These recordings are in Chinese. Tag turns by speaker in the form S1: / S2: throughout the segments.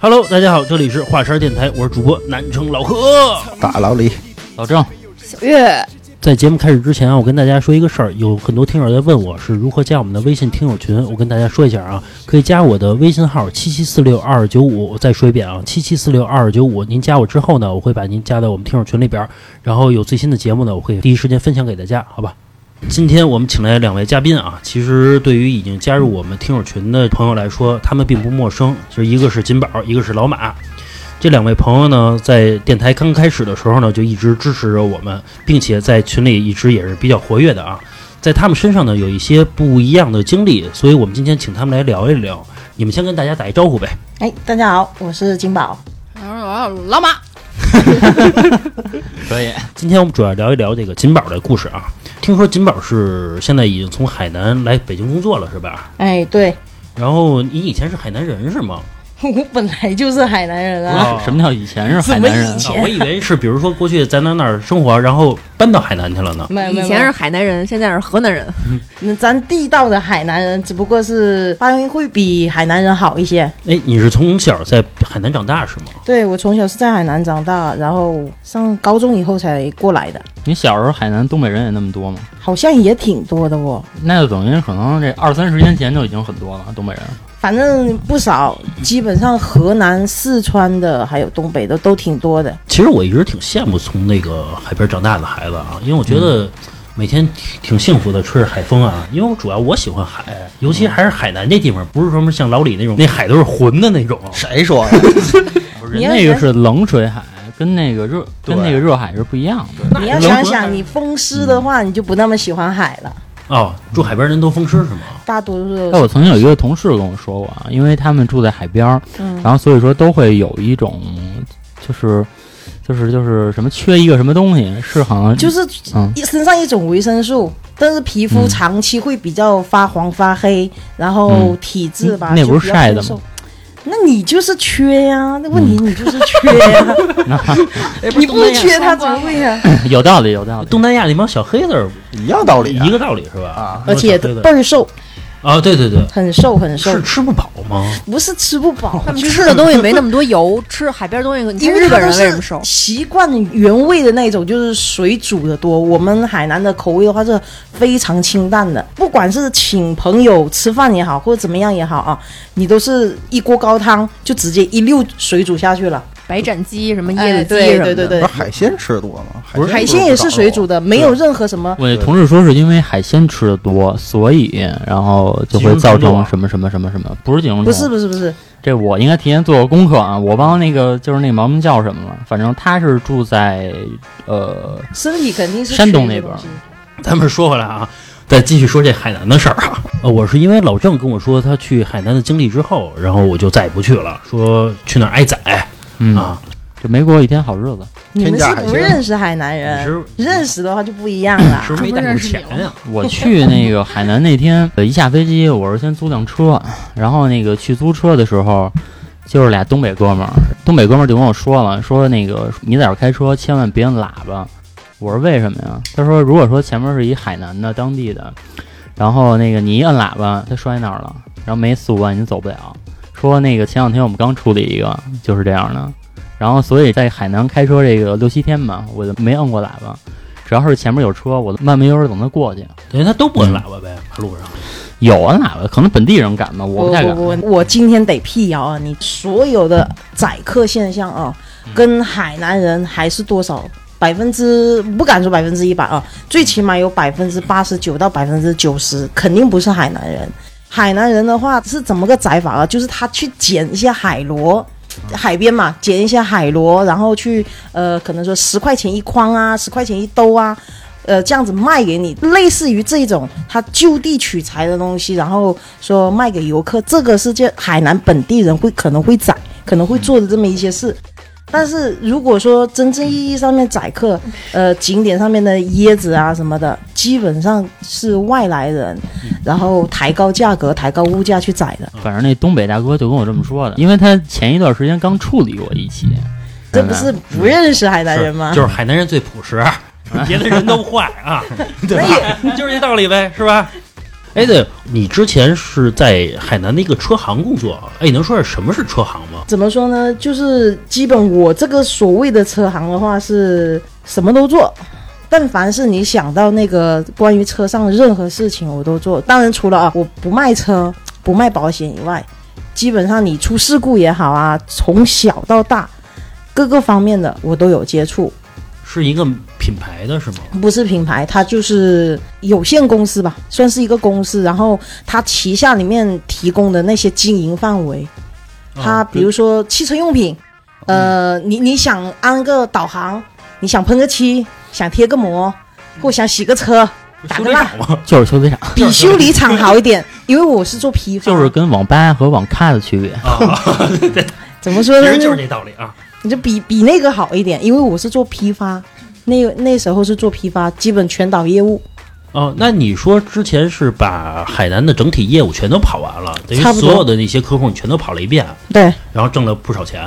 S1: Hello，大家好，这里是华山电台，我是主播南城老何。
S2: 大老李，
S1: 老郑，
S3: 小月，
S1: 在节目开始之前啊，我跟大家说一个事儿，有很多听友在问我是如何加我们的微信听友群，我跟大家说一下啊，可以加我的微信号七七四六二二九五，我再说一遍啊，七七四六二二九五，您加我之后呢，我会把您加到我们听友群里边儿，然后有最新的节目呢，我会第一时间分享给大家，好吧？今天我们请来两位嘉宾啊，其实对于已经加入我们听友群的朋友来说，他们并不陌生，就是一个是金宝，一个是老马。这两位朋友呢，在电台刚开始的时候呢，就一直支持着我们，并且在群里一直也是比较活跃的啊。在他们身上呢，有一些不一样的经历，所以我们今天请他们来聊一聊。你们先跟大家打一招呼呗。
S3: 哎，大家好，我是金宝。
S4: 哦老马，
S5: 可以，
S1: 今天我们主要聊一聊这个锦宝的故事啊。听说锦宝是现在已经从海南来北京工作了，是吧？
S3: 哎，对，
S1: 然后你以前是海南人是吗？
S3: 我本来就是海南人啊。
S1: 啊
S5: 什么叫以前是海南人？
S1: 啊我以为是，比如说过去咱在那儿生活，然后搬到海南去了呢。
S3: 没有没
S4: 以
S3: 有，
S4: 前是海南人，现在是河南人。
S3: 没有咱地道的海南人，只不过是发音会比海南人好一些。
S1: 哎，你是从小在海南长大是吗？
S3: 对我从小是在海南长大，然后上高中以后才过来的，
S5: 你小时候海南东北人也那么多吗？
S3: 好像也挺多的哦，
S5: 那就等于可能这二三十年前就已经很多了，东北人。
S3: 反正不少，基本上河南、四川的还有东北的都挺多的。
S1: 其实我一直挺羡慕从那个海边长大的孩子啊，因为我觉得每天挺挺幸福的，吹着海风啊。因为我主要我喜欢海，尤其还是海南这地方，不是说像老李那种，那海都是浑的那种。
S2: 谁说的？
S3: 你
S5: 人
S3: 要
S5: 那个是冷水海，跟那个热
S2: 对
S5: 跟那个热海是不一样的。
S3: 你要想想，你风湿的话，你就不那么喜欢海了。
S1: 哦，住海边人都风湿是吗？
S3: 大多数
S5: 哎但我曾经有一个同事跟我说过啊，因为他们住在海边儿，
S3: 嗯
S5: 然后所以说都会有一种就是就是就是什么缺一个什么东西，是好像
S3: 就是
S5: 嗯
S3: 一身上一种维生素，但是皮肤
S5: 嗯
S3: 长期会比较发黄发黑，然后
S5: 嗯
S3: 体质吧，
S5: 那
S3: 就
S5: 不是
S3: 比较
S5: 晒的
S3: 瘦
S5: 吗嗯
S3: 那你就是缺呀、那问题你就是缺 呀、你哎不缺它怎么会呀、
S5: 有道理有道理。
S1: 东南亚那帮小黑子儿
S2: 一样道理、啊，
S1: 一个道理是吧？
S2: 啊
S3: 而且
S1: 对
S3: 倍儿瘦，
S1: 啊，对对对，
S3: 很瘦很瘦
S1: 是，吃不饱吗？
S3: 不是吃不饱，
S4: 他们吃的东西没那么多油， 吃海边东西。你看
S3: 因为
S4: 日
S3: 它
S4: 本
S3: 都
S4: 人为
S3: 是
S4: 什么瘦？
S3: 习惯原味的那种，就是水煮的多。我们海南的口味的话是非常清淡的，不管是请朋友吃饭也好，或者怎么样也好啊，你都是一锅高汤就直接一溜水煮下去了。
S4: 白斩鸡什么
S3: 哎
S4: 椰子鸡
S3: 对
S4: 什么
S3: 对
S4: 的。
S3: 对
S2: 不
S3: 对
S2: 是，海鲜吃多吗？
S1: 不是
S3: 海鲜也是水煮
S2: 的，
S3: 的，没有任何什么。
S5: 我那同事说是因为海鲜吃的多，所以然后就会造成什么什么什么什么，不是金融
S3: 不是不是不是，
S5: 这我应该提前做过功课啊！我忘了那个就是那毛名叫什么了，反正他是住在呃
S3: 身体肯定是
S5: 山东
S3: 缺
S5: 那
S3: 这
S5: 边
S3: 东西
S1: 咱们说回来啊，再继续说这海南的事儿 啊。呃，我是因为老郑跟我说他去海南的经历之后，然后我就再也不去了，说去那儿挨宰
S5: 嗯，
S1: 啊。
S5: 就没过一天好日子。
S3: 你们
S2: 天价
S3: 是
S2: 海
S3: 不
S2: 鲜
S3: 认识海南人，
S1: 你是
S3: 呃认识的话就啊不一样了。
S1: 是不是没带够钱呀？
S5: 我去那个海南那天，呃一下飞机，我是先租辆车，然后那个去租车的时候，就是俩东北哥们儿，东北哥们儿就跟我说了，说那个你在这儿开车千万别按喇叭。我说为什么呀？他说如果说前面是一海南的当地的，然后那个你一按喇叭，他摔那儿了，然后没四五万你走不了。说那个前两天我们刚处理一个就是这样的，然后所以在海南开车这个六七天吧，我就没摁过喇叭，只要是前面有车，我都慢慢悠悠等他过去。
S1: 等于他都不摁喇叭呗，马路上。
S5: 有啊，喇叭，可能本地人敢吧，我
S3: 不
S5: 不太敢。
S3: 不不，我今天得辟谣啊！你所有的宰客现象啊，
S5: 嗯
S3: 跟海南人还是多少百分之不敢说百分之一百啊，最起码有百分之八十九到百分之九十，肯定不是海南人。海南人的话是怎么个宰法啊？就是他去捡一些海螺。海边嘛，捡一些海螺，然后去呃，可能说十块钱一筐啊，十块钱一兜啊，呃，这样子卖给你，类似于这种他就地取材的东西，然后说卖给游客，这个是这海南本地人会可能会宰，可能会做的这么一些事。但是如果说真正意义上面宰客，呃，景点上面的椰子啊什么的，基本上是外来人，然后抬高价格、抬高物价去宰的，
S5: 反正那东北大哥就跟我这么说的，因为他前一段时间刚处理过一起，
S3: 这不是不认识海南人吗？
S1: 就是海南人 啊最朴实，别的人都坏啊，对吧？就是这道理呗，是吧？哎，对，你之前是在海南的一个车行工作，哎，你能说说什么是车行吗？
S3: 怎么说呢？就是基本我这个所谓的车行的话是什么都做，但凡是你想到那个关于车上的任何事情我都做。当然除了啊我不卖车、不卖保险以外，基本上你出事故也好啊，从小到大各个方面的我都有接触。
S1: 是一个品牌的是吗？
S3: 不是品牌，它就是有限公司吧，算是一个公司。然后它旗下里面提供的那些经营范围，它
S1: 啊嗯
S3: 比如说汽车用品，呃，你你想安个导航，你想喷个漆，想贴个膜，
S1: 嗯
S3: 或想洗个车，
S1: 不
S3: 打
S1: 修
S3: 个
S1: 理厂吗？
S5: 就是修理厂，
S3: 比修理厂好一点，因为我是做批发，
S5: 就是跟网吧和网咖的区别。
S1: 啊，
S3: 怎么说
S1: 其
S3: 呢？
S1: 实就是这道理啊。
S3: 你就比比那个好一点，因为我是做批发，那那时候是做批发，基本全岛业务。
S1: 哦，那你说之前是把海南的整体业务全都跑完了，等于
S3: 差不多
S1: 所有的那些客户你全都跑了一遍，
S3: 对，
S1: 然后挣了不少钱，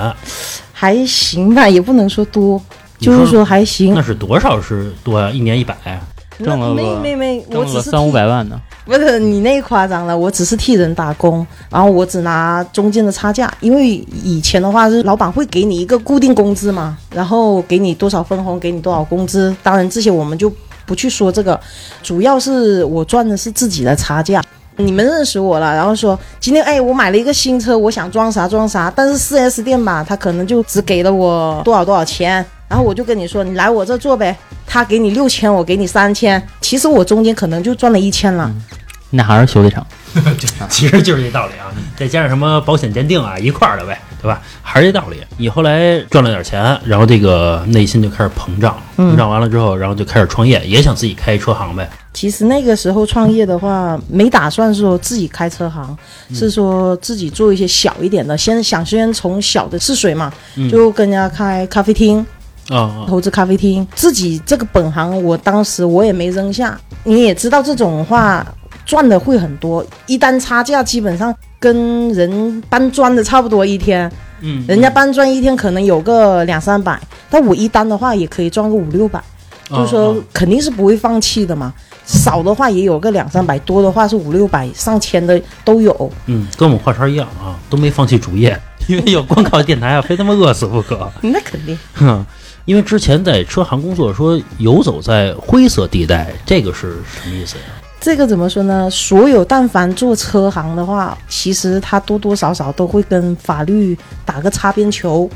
S3: 还行吧，也不能说多，就是说还行
S1: 那。是多少是多呀？一年一百，
S3: 那
S5: 挣了
S3: 没
S5: 个
S3: 没没，我
S5: 挣
S3: 只
S5: 了
S3: 是
S5: 三五
S3: 替，
S5: 百万呢，
S3: 不是你那夸张了，我只是替人打工，然后我只拿中间的差价，因为以前的话是老板会给你一个固定工资嘛，然后给你多少分红，给你多少工资，当然这些我们就不去说这个，主要是我赚的是自己的差价。你们认识我了，然后说今天哎，我买了一个新车，我想装啥装啥，但是 4S 店吧，他可能就只给了我多少多少钱，然后我就跟你说，你来我这做呗，他给你六千，我给你三千，其实我中间可能就赚了一千了。
S5: 那还是修理厂。
S1: 其实就是这道理
S5: 嗯
S1: 啊。再加上什么保险鉴定啊，一块儿的呗，对吧？还是这道理。你后来赚了点钱，然后这个内心就开始膨胀，
S5: 嗯
S1: 膨胀完了之后，然后就开始创业，也想自己开车行呗。
S3: 其实那个时候创业的话，没打算说自己开车行，
S1: 嗯
S3: 是说自己做一些小一点的，先想先从小的试水嘛，就跟人家开咖啡厅，
S1: 嗯啊、
S3: 投资咖啡厅，自己这个本行，我当时我也没扔下。你也知道这种话赚的会很多，一单差价基本上跟人搬砖的差不多一天，
S1: 嗯，
S3: 人家搬砖一天可能有个两三百，但我一单的话也可以赚个五六百，
S1: 嗯
S3: 就是说肯定是不会放弃的嘛。少的话也有个两三百，多的话是五六百、上千的都有。
S1: 嗯，跟我们画圈一样啊，都没放弃主业，因为要光靠电台啊，非 他妈饿死不可。
S3: 那肯定，
S5: 嗯
S1: 哼， 因为之前在车行工作，说游走在灰色地带，这个是什么意思呀？
S3: 这个怎么说呢？所有但凡做车行的话，其实他多多少少都会跟法律打个擦边球。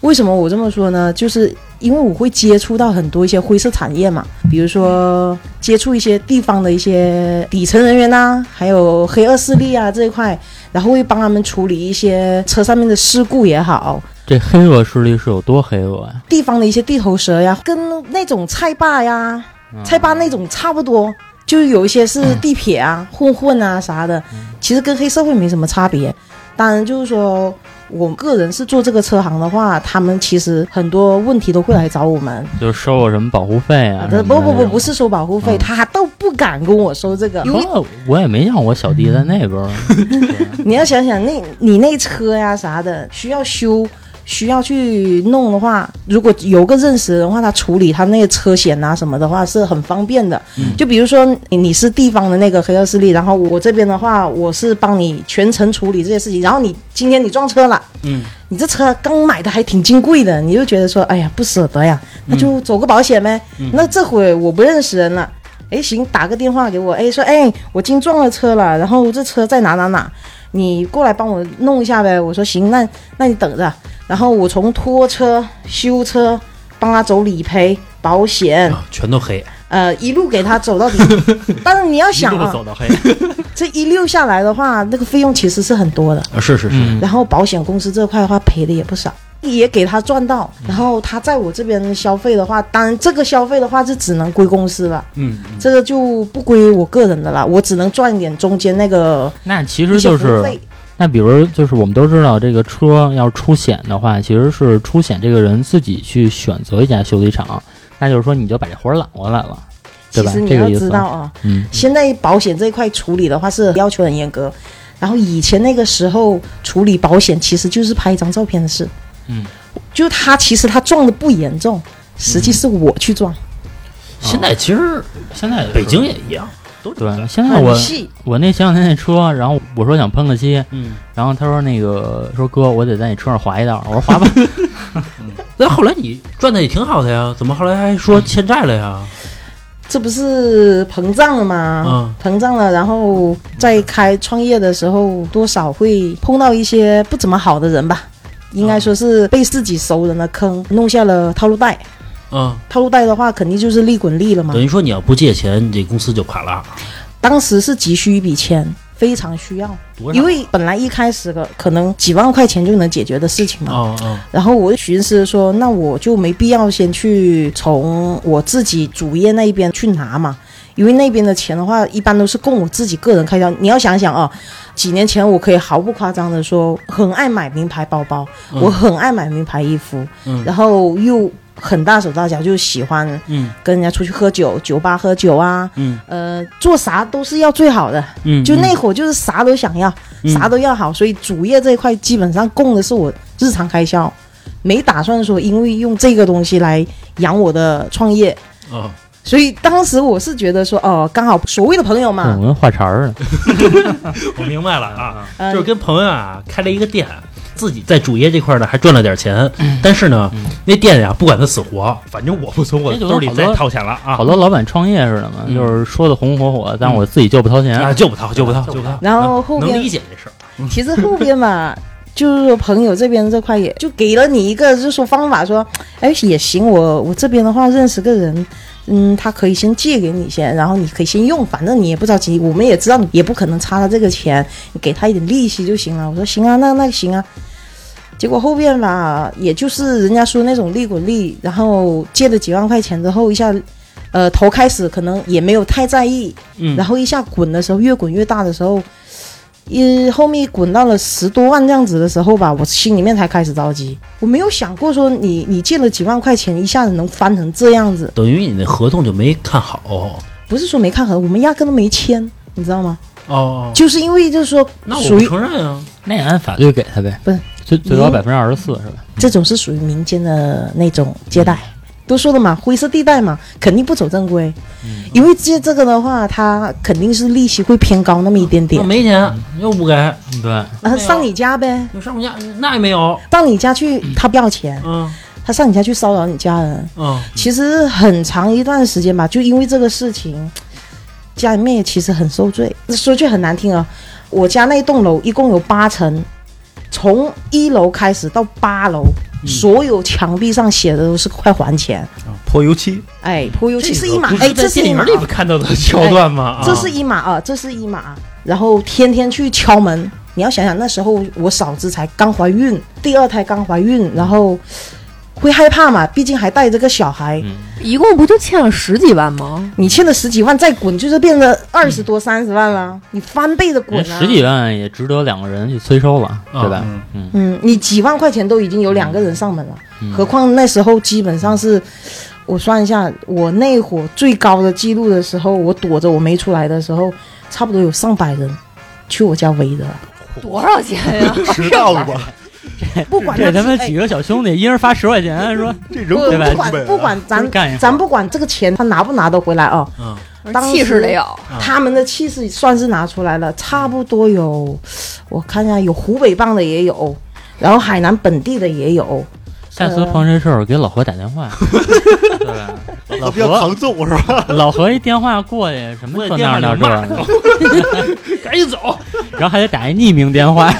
S3: 为什么我这么说呢？就是因为我会接触到很多一些灰色产业嘛，比如说接触一些地方的一些底层人员呐、还有黑恶势力啊这一块，然后会帮他们处理一些车上面的事故也好，
S5: 这黑恶势力是有多黑恶呀、
S3: 地方的一些地头蛇呀，跟那种菜霸
S5: 啊
S3: 呀、菜霸那种差不多，就是有一些是地痞啊、混混啊啥的，
S5: 嗯
S3: 其实跟黑社会没什么差别。当然，就是说我个人是做这个车行的话，他们其实很多问题都会来找我们。呃
S5: 就是收我什么保护费啊？什么
S3: 不不
S5: 的这
S3: 不，
S5: 种
S3: 不是收保护费，
S5: 嗯
S3: 他都不敢跟我收这个。
S5: 说我也没让我小弟在那边儿，
S3: 你要想想，那你那车呀啥的需要修，需要去弄的话，如果有个认识的人的话，他处理他那个车险呐、什么的话是很方便的。就比如说你你是地方的那个黑恶势力，然后我这边的话，我是帮你全程处理这些事情。然后你今天你撞车了，
S1: 嗯，
S3: 你这车刚买的还挺金贵的，你就觉得说，哎呀不舍得呀，那就走个保险呗。那这会我不认识人了。哎，行，打个电话给我。哎，说，哎，我今撞了车了，然后这车在哪哪哪，你过来帮我弄一下呗。我说行，那那你等着。然后我从拖车、修车，帮他走理赔、保险，
S1: 啊，全都黑，
S3: 呃，一路给他走 到底。但是你要想啊，
S5: 到黑。
S3: 这一溜下来的话，那个费用其实是很多的。
S1: 啊， 是是是，
S5: 嗯，
S3: 然后保险公司这块的话赔的也不少，也给他赚到。
S5: 嗯
S3: 然后他在我这边消费的话，当然这个消费的话是只能归公司了，
S1: 嗯，
S3: 这个就不归我个人的了，我只能赚一点中间那个
S5: 那其
S3: 一
S5: 实
S3: 些
S5: 就
S3: 服务
S5: 是
S3: 费。
S5: 那比如就是我们都知道，这个车要出险的话，其实是出险这个人自己去选择一家修理厂，那就是说你就把这活儿揽过来了，
S3: 其
S5: 对吧？
S3: 实你
S5: 这
S3: 要
S5: 个意
S3: 知
S5: 思。
S3: 道啊，
S5: 嗯，
S3: 现在保险这一块处理的话是要求很严格，然后以前那个时候处理保险其实就是拍一张照片的事，
S5: 嗯，
S3: 就他其实他撞的不严
S5: 嗯
S3: 重，实际是我去撞，
S1: 现在其实
S5: 现在
S1: 北京也一样，都这么
S5: 对，
S1: 干
S5: 现在我
S3: 很细，
S5: 我那前两天那车，然后我说想喷个漆，
S1: 嗯，
S5: 然后他说那个说哥，我得在你车上划一道，我说划吧，
S1: 那后来你赚的也挺好的呀，怎么后来还说欠债了呀？
S3: 这不是膨胀了
S5: 嗯
S3: 吗？膨胀了，然后在开创业的时候，多少会碰到一些不怎么好的人吧，应
S5: 嗯
S3: 该说是被自己熟人的坑弄下了套路贷。
S1: 嗯，
S3: 套路贷的话，肯定就是利滚利了嘛
S1: 等。于说你要不借钱，你这公司就垮了。
S3: 当时是急需一笔钱，非常需要，
S1: 多少
S3: 因为本来一开始个可能几万块钱就能解决的事情嘛。
S1: 哦哦，
S3: 然后我就寻思说，那我就没必要先去从我自己主业那一边去拿嘛，因为那边的钱的话，一般都是供我自己个人开销。你要想想啊，几年前我可以毫不夸张的说，很爱买名牌包包，
S1: 嗯
S3: 我很爱买名牌衣服，
S1: 嗯
S3: 然后又很大手大脚，就喜欢
S1: 嗯
S3: 跟人家出去喝酒，酒吧喝酒啊，
S1: 嗯
S3: 呃，做啥都是要最好的。
S1: 嗯，
S3: 就那会儿就是啥都想要，
S1: 嗯
S3: 啥都要好，所以主业这一块基本上供的是我日常开销，没打算说因为用这个东西来养我的创业。
S1: 哦，
S3: 所以当时我是觉得说，哦，刚好所谓的朋友
S5: 我
S3: 嘛，
S1: 嗯
S5: 跟画茬儿呢。
S1: 我明白了啊，
S3: 嗯
S1: 就是跟朋友啊开了一个店，自己在主业这块呢还赚了点钱，但是呢，那店呀不管他死活，嗯反正我不从我
S5: 这就
S1: 兜
S5: 跟
S1: 里
S5: 好多
S1: 再掏钱了啊
S5: 好，多老板创业似的嘛，
S1: 嗯
S5: 就是说的红红火火，但我自己就不掏钱。
S1: 啊就不掏就不掏就不掏，
S3: 然后后
S1: 能
S3: 边
S1: 理解这事儿，
S3: 其实后边吧， 就是说朋友这边这块也就给了你一个，就是说方法，说，哎也行，我我这边的话认识个人，嗯，他可以先借给你先，然后你可以先用，反正你也不着急，我们也知道你也不可能差他这个钱，你给他一点利息就行了。我说行啊，那那行啊。结果后边吧，也就是人家说那种利滚利，然后借了几万块钱之后，一下，呃，头开始可能也没有太在意，
S1: 嗯
S3: 然后一下滚的时候，越滚越大的时候，一后面滚到了十多万这样子的时候吧，我心里面才开始着急。我没有想过说你你借了几万块钱，一下子能翻成这样子，
S1: 等于你那合同就没看好哦
S3: 不是说没看合，我们压根都没签，你知道吗？
S1: 哦，
S3: 就是因为就是说
S1: 那我
S3: 属
S1: 不
S3: 于
S1: 承认啊，
S5: 那也按法律给他呗，
S3: 不是
S5: 最最高
S3: 您
S5: 百分之二十四是吧？
S3: 这种是属于民间的那种借贷，
S1: 嗯
S3: 都说了嘛，灰色地带嘛，肯定不走正规，
S1: 嗯
S3: 因为借这个的话，它肯定是利息会偏高那么一点点
S1: 那，没钱又不给，
S5: 对，
S1: 没
S3: 然后
S1: 有
S3: 上你家呗，
S1: 又上不下，那也没有，
S3: 到你家去他不要钱，
S1: 嗯
S3: 他上你家去骚扰你家人。
S1: 嗯
S3: 其实很长一段时间吧，就因为这个事情，家里面也其实很受罪。说句很难听啊，我家那栋楼一共有八层，从一楼开始到八楼，所有墙壁上写的都是快还钱。
S2: 泼油漆，
S3: 哎，泼油漆
S1: 这
S3: 是
S1: 个
S3: 一码
S1: 不，
S3: 哎，
S1: 在
S3: 这是
S1: 电
S3: 一
S1: 影
S3: 码
S1: 里边
S3: 啊，
S1: 看到的桥段吗？啊
S3: 这是一码啊，这是一码啊。然后天天去敲门，你要想想那时候我嫂子才刚怀孕，第二胎刚怀孕，然后会害怕嘛，毕竟还带着个小孩。
S4: 一共不就欠了十几万吗？
S3: 你欠了十几万再滚，就是变成二十多、三十万了，你翻倍的滚
S5: 人
S3: 啊！
S5: 嗯哎十几万也值得两个人去催收了，对吧？
S2: 嗯
S5: 嗯，
S3: 嗯，你几万块钱都已经有两个人上门了，
S5: 嗯
S3: 何况那时候基本上是，我算一下，我那会儿最高的记录的时候，我躲着我没出来的时候，差不多有上百人去我家围 着，
S4: 多少钱啊哎呀？
S2: 迟到了吧？
S3: 不管
S5: 这
S3: 他
S5: 他妈
S3: 哎
S5: 几个小兄弟，一人发十块钱，说
S2: 这人
S3: 不
S5: 对吧
S2: 口
S3: 不
S2: 成本啊
S3: 管不管
S5: 都
S3: 咱
S5: 干一会儿
S3: 咱不管这个钱他拿不拿得回来啊，
S1: 嗯
S3: 当时
S4: 气势得有，
S3: 他们的气势算是拿出来了，差不多有，我看一下，有湖北棒的也有，然后海南本地的也有，
S5: 下次碰这事儿给老何打电话，对吧？ 老
S2: 比较
S5: 何
S2: 扛揍是 吧？
S5: 老何一电话过去，什么这那那这的，
S1: 赶紧走，
S5: 然后还得打一匿名电话，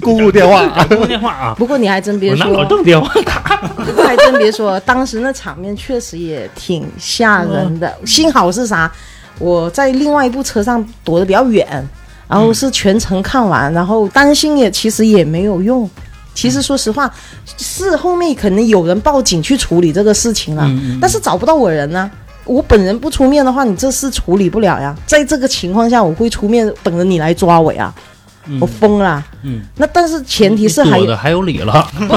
S2: 公共电话啊，
S1: 拨电话 啊，
S3: 不过你还真别
S1: 我拿
S3: 说，
S1: 老郑电话卡。
S3: 不过还真别说，当时那场面确实也挺吓人的。
S1: 嗯
S3: 幸好是啥，我在另外一部车上躲得比较远，然后是全程看完，然后担心也其实也没有用。其实说实话，是后面可能有人报警去处理这个事情了，啊
S1: 嗯
S3: 但是找不到我人呢、我本人不出面的话，你这事处理不了呀。在这个情况下，我会出面等着你来抓我呀。我疯了啊。
S1: 嗯
S3: 那但是前提是还
S1: 躲
S3: 有
S1: 的还有理了，
S3: 不，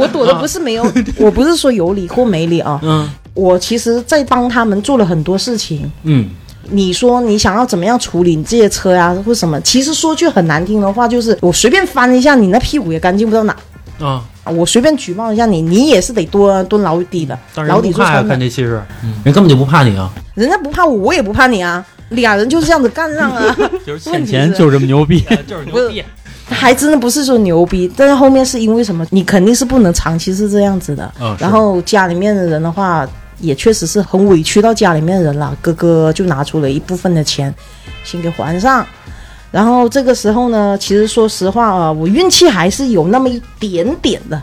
S3: 我躲的不是没
S5: 啊
S3: 有， 我不是说有理或没理啊，
S1: 嗯
S3: 我其实在帮他们做了很多事情。
S1: 嗯
S3: 你说你想要怎么样处理你这些车呀、或什么？其实说句很难听的话，就是我随便翻一下你那屁股也干净不到哪，
S1: 啊，
S3: 我随便举报一下你，你也是得蹲蹲牢底的，
S1: 但是
S3: 牢
S1: 人
S3: 底
S1: 不
S3: 坐
S1: 怕呀，
S3: 穿
S1: 看
S3: 的。
S1: 这气势，人根本就不怕你啊，
S3: 人家不怕我，我也不怕你啊。俩人就是这样子干上啊，
S5: 就是欠钱就这么牛逼，就是
S3: 牛逼。还真的不是说牛逼，但是后面是因为什么？你肯定是不能长期是这样子的。
S1: 嗯，
S3: 然后家里面的人的话，也确实是很委屈到家里面的人了。哥哥就拿出了一部分的钱，先给还上。然后这个时候呢，其实说实话啊，我运气还是有那么一点点的。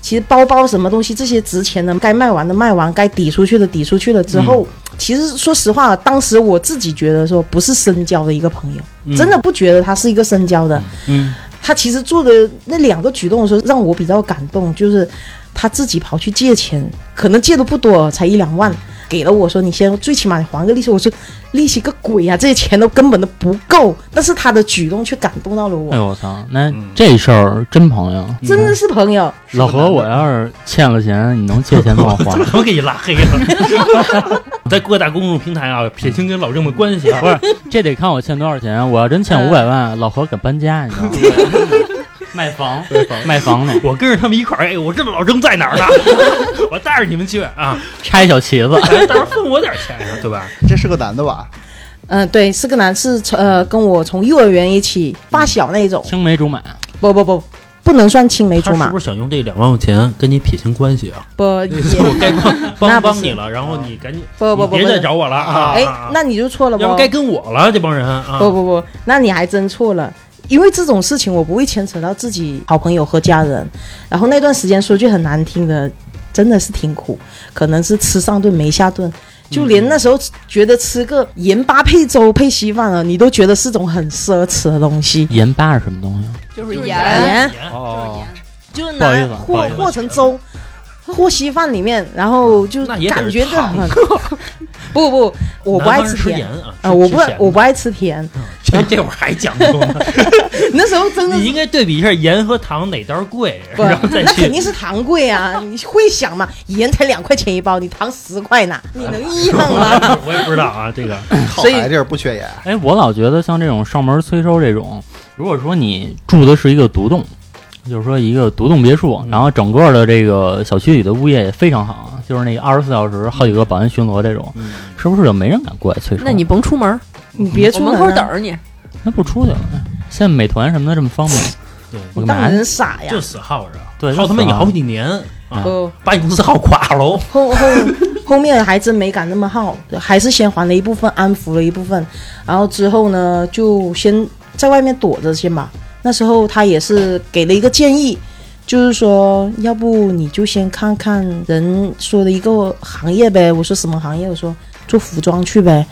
S3: 其实包包什么东西，这些值钱的，该卖完的卖完，该抵出去的抵出去了之后，其实说实话，当时我自己觉得说不是深交的一个朋友，真的不觉得他是一个深交的。
S5: 嗯，
S3: 他其实做的那两个举动的时候，让我比较感动，就是他自己跑去借钱，可能借的不多，才一两万，给了我说你先最起码你还个利息，我说利息个鬼啊，这些钱都根本都不够，但是他的举动却感动到了我，
S5: 哎呦我操，那这事儿真朋友。
S3: 真的是朋友，
S5: 老何，我要是欠了钱，你能借钱帮我还？
S1: 他妈给你拉黑了， 在各大公众平台啊，撇清跟老郑的关系啊。
S5: 不是，这得看我欠多少钱。我要真欠五百万，老何敢搬家，你知道吗？ 卖房，卖房呢，
S1: 我跟着他们一块儿，哎，我知道老郑在哪 儿呢，我带着你们去啊，
S5: 拆小旗子。
S1: 哎到时候分我点钱是吧，对吧？
S2: 这是个男的吧？
S3: 嗯、对，是个男，是从呃跟我从幼儿园一起发小那种，
S5: 青梅竹马，
S3: 不不不，不能算青梅
S1: 他
S3: 竹马
S1: 是，不是想用这两万块钱跟你撇清关系啊？
S3: 不也
S1: 我该帮 帮
S3: 那不
S1: 帮
S3: 行啊
S1: 你了，然后你赶紧，
S3: 不不不，
S1: 你别
S3: 不
S1: 再找我了啊！
S3: 哎
S1: 啊，
S3: 那你就错了不？
S1: 要不该跟我了，这帮人啊！
S3: 不不不，那你还真错了，因为这种事情我不会牵扯到自己好朋友和家人。然后那段时间说句很难听的，真的是挺苦，可能是吃上顿没下顿，就连那时候觉得吃个盐巴配粥配稀饭啊，你都觉得是种很奢侈的东西。
S5: 盐巴是什么东西？
S4: 就是
S1: 就是
S4: 盐，
S3: 盐
S5: 哦，
S3: 就是
S5: 不好意
S3: 拿
S5: 思啊不
S1: 好
S3: 和
S1: 意思
S3: 和成粥。和稀饭里面，然后就
S1: 那也得是
S3: 感觉就
S1: 烫
S3: 很不不，我不爱 吃
S1: 吃
S3: 甜
S1: 盐啊！
S3: 啊，我不
S1: 吃咸的
S3: 我不爱吃甜，
S1: 这这会儿还讲究呢。
S3: 那时候真的
S1: 你
S3: 是
S1: 应该对比一下盐和糖哪袋儿贵，
S3: 不
S1: 然后再，
S3: 那肯
S1: 去。
S3: 定是糖贵啊！你会想吗？盐才两块钱一包，你糖十块呢，你能一样吗？
S1: 我也不知道啊，这
S3: 哎
S1: 个
S2: 靠
S3: 所以
S2: 海这儿不缺盐，
S5: 哎，我老觉得像这种上门催收这种，如果说你住的是一个独栋，就是说一个独栋别墅，然后整个的这个小区里的物业也非常好，就是那个二十四小时好几个保安巡逻这种，是不是就没人敢过来催收？
S4: 那你甭出门儿，
S3: 你别出
S4: 我门
S3: 啊
S4: 口等，着你。
S5: 那不出去了？现在美团什么的这么方便，
S1: 对
S5: 我干嘛
S3: 当
S5: 呢
S3: 人？傻呀
S1: 就！死耗着，
S5: 对
S1: 耗他妈
S5: 就
S1: 你
S5: 死耗
S1: 好几年啊，
S3: 哦，
S1: 把你公司耗垮喽。
S3: 后后后面还真没敢那么耗，还是先还了一部分，安抚了一部分，然后之后呢，就先在外面躲着先吧。那时候他也是给了一个建议，就是说，要不你就先看看人说的一个行业呗。我说什么行业？我说做服装去呗。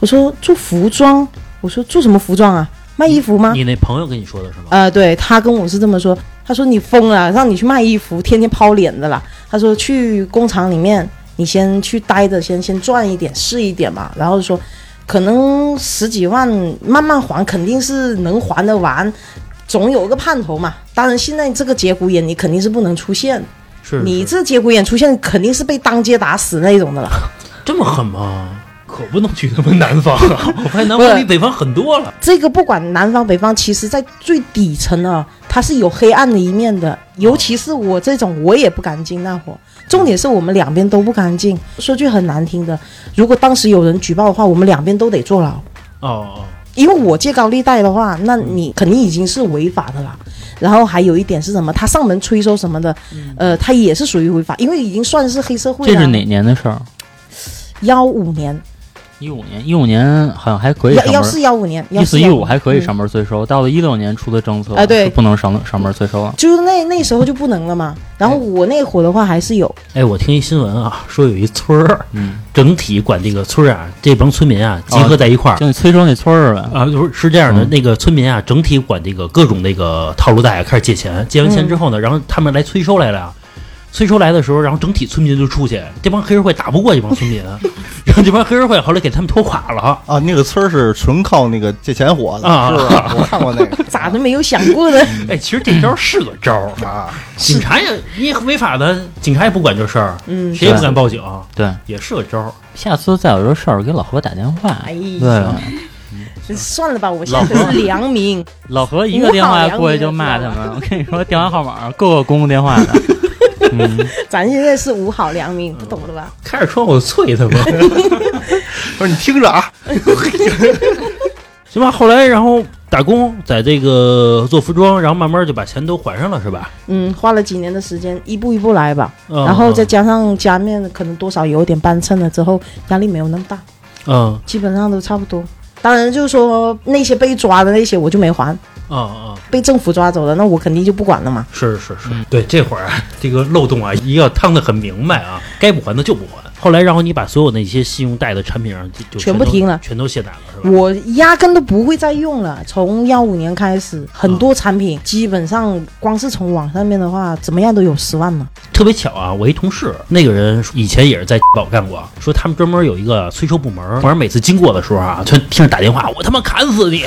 S3: 我说做服装，我说做什么服装啊？卖衣服吗？
S1: 你那朋友跟你说的是吗？
S3: 呃，对他跟我是这么说，他说你疯了，让你去卖衣服，天天抛脸的啦。他说去工厂里面，你先去待着，先先赚一点是一点嘛。然后说，可能十几万慢慢还，肯定是能还得完，总有个盼头嘛。当然，现在这个节骨眼你肯定是不能出现，
S1: 是
S3: 你
S1: 是
S3: 这节骨眼出现肯定是被当街打死那种的啦。
S1: 这么狠吗？可不能去他妈南方啊！我发现南方比北方狠多了。
S3: 这个不管南方北方，其实在最底层啊，它是有黑暗的一面的。尤其是我这种，我也不敢进那会儿。重点是我们两边都不敢进。说句很难听的，如果当时有人举报的话，我们两边都得坐牢。
S1: 哦哦，
S3: 因为我借高利贷的话，那你肯定已经是违法的啦。然后还有一点是什么？他上门催收什么的，呃，他也是属于违法，因为已经算是黑社会
S5: 嗯这是
S3: 了。
S5: 哪年的事儿？
S3: 幺五年，
S5: 一五年，一五年好像还可以
S3: 幺
S5: 上
S3: 幺
S5: 门。
S3: 四幺五年，
S5: 一四一五还可以
S3: 上。
S5: 上门催收，到了一六年出的政策
S3: 嗯啊对
S5: 是不能上上门催收了。
S3: 就是那那时候就不能了嘛。然后我那会儿的话还是有，
S1: 哎，我听一新闻啊，说有一村儿
S5: 嗯，
S1: 整体管这个村儿啊，这帮村民啊集合在一块儿。
S5: 就你催收那村儿呗。
S1: 啊，就是是这样的，
S5: 哦嗯
S1: 那个村民啊，整体管这个各种那个套路贷啊，开始借钱，借完钱之
S5: 嗯
S1: 后呢，然后他们来催收来了呀，催收来的时候，然后整体村民就出去，这帮黑社会打不过这帮村民，啊 然后这帮黑社会后来给他们拖垮了。
S2: 啊，那个村儿是纯靠那个借钱火的，
S1: 啊
S2: 是 吧？我看过那个
S3: 咋都没有想过呢。
S5: 嗯
S1: 哎，其实这招是个招儿，
S2: 啊，
S1: 警察也你违法的，警察也不管这事儿，
S3: 嗯，
S1: 谁也不敢报警，
S5: 对，
S1: 也是个招儿。
S5: 下次再有这事儿给老何打电话。
S3: 哎
S5: 对
S3: 呀，，算了吧，我现在
S5: 老何
S3: 是良民，
S5: 老何一个电话过去就骂他们，我跟你说，电话号码各个公共电话 的。嗯，
S3: 咱现在是五好良民，不懂了吧？
S1: 开着窗户啐他们，
S2: 说你听着啊，
S1: 行吧。后来然后打工，在这个做服装，然后慢慢就把钱都还上了，是吧？
S3: 嗯，花了几年的时间，一步一步来吧。
S1: 嗯、
S3: 然后再加上家面可能多少有点帮衬了之后，压力没有那么大，
S1: 嗯
S3: 基本上都差不多。当然就是说那些被抓的那些我就没还，
S1: 嗯嗯，
S3: 被政府抓走了，那我肯定就不管了嘛。
S1: 是是是，
S5: 嗯
S1: 对这会儿啊 这个漏洞啊，一定要趟得很明白啊，该不还的就不还。后来，然后你把所有那些信用贷的产品啊，就就
S3: 全
S1: 都
S3: 部停了
S1: 全都卸载了，是吧？
S3: 我压根都不会再用了。从幺五年开始，很多产品基本上光是从网上面的话，怎么样都有十万嘛。
S1: 特别巧啊，我一同事那个人以前也是在宝干过，说他们专门有一个催收部门，反正每次经过的时候啊，全听着打电话，我他妈砍死 你！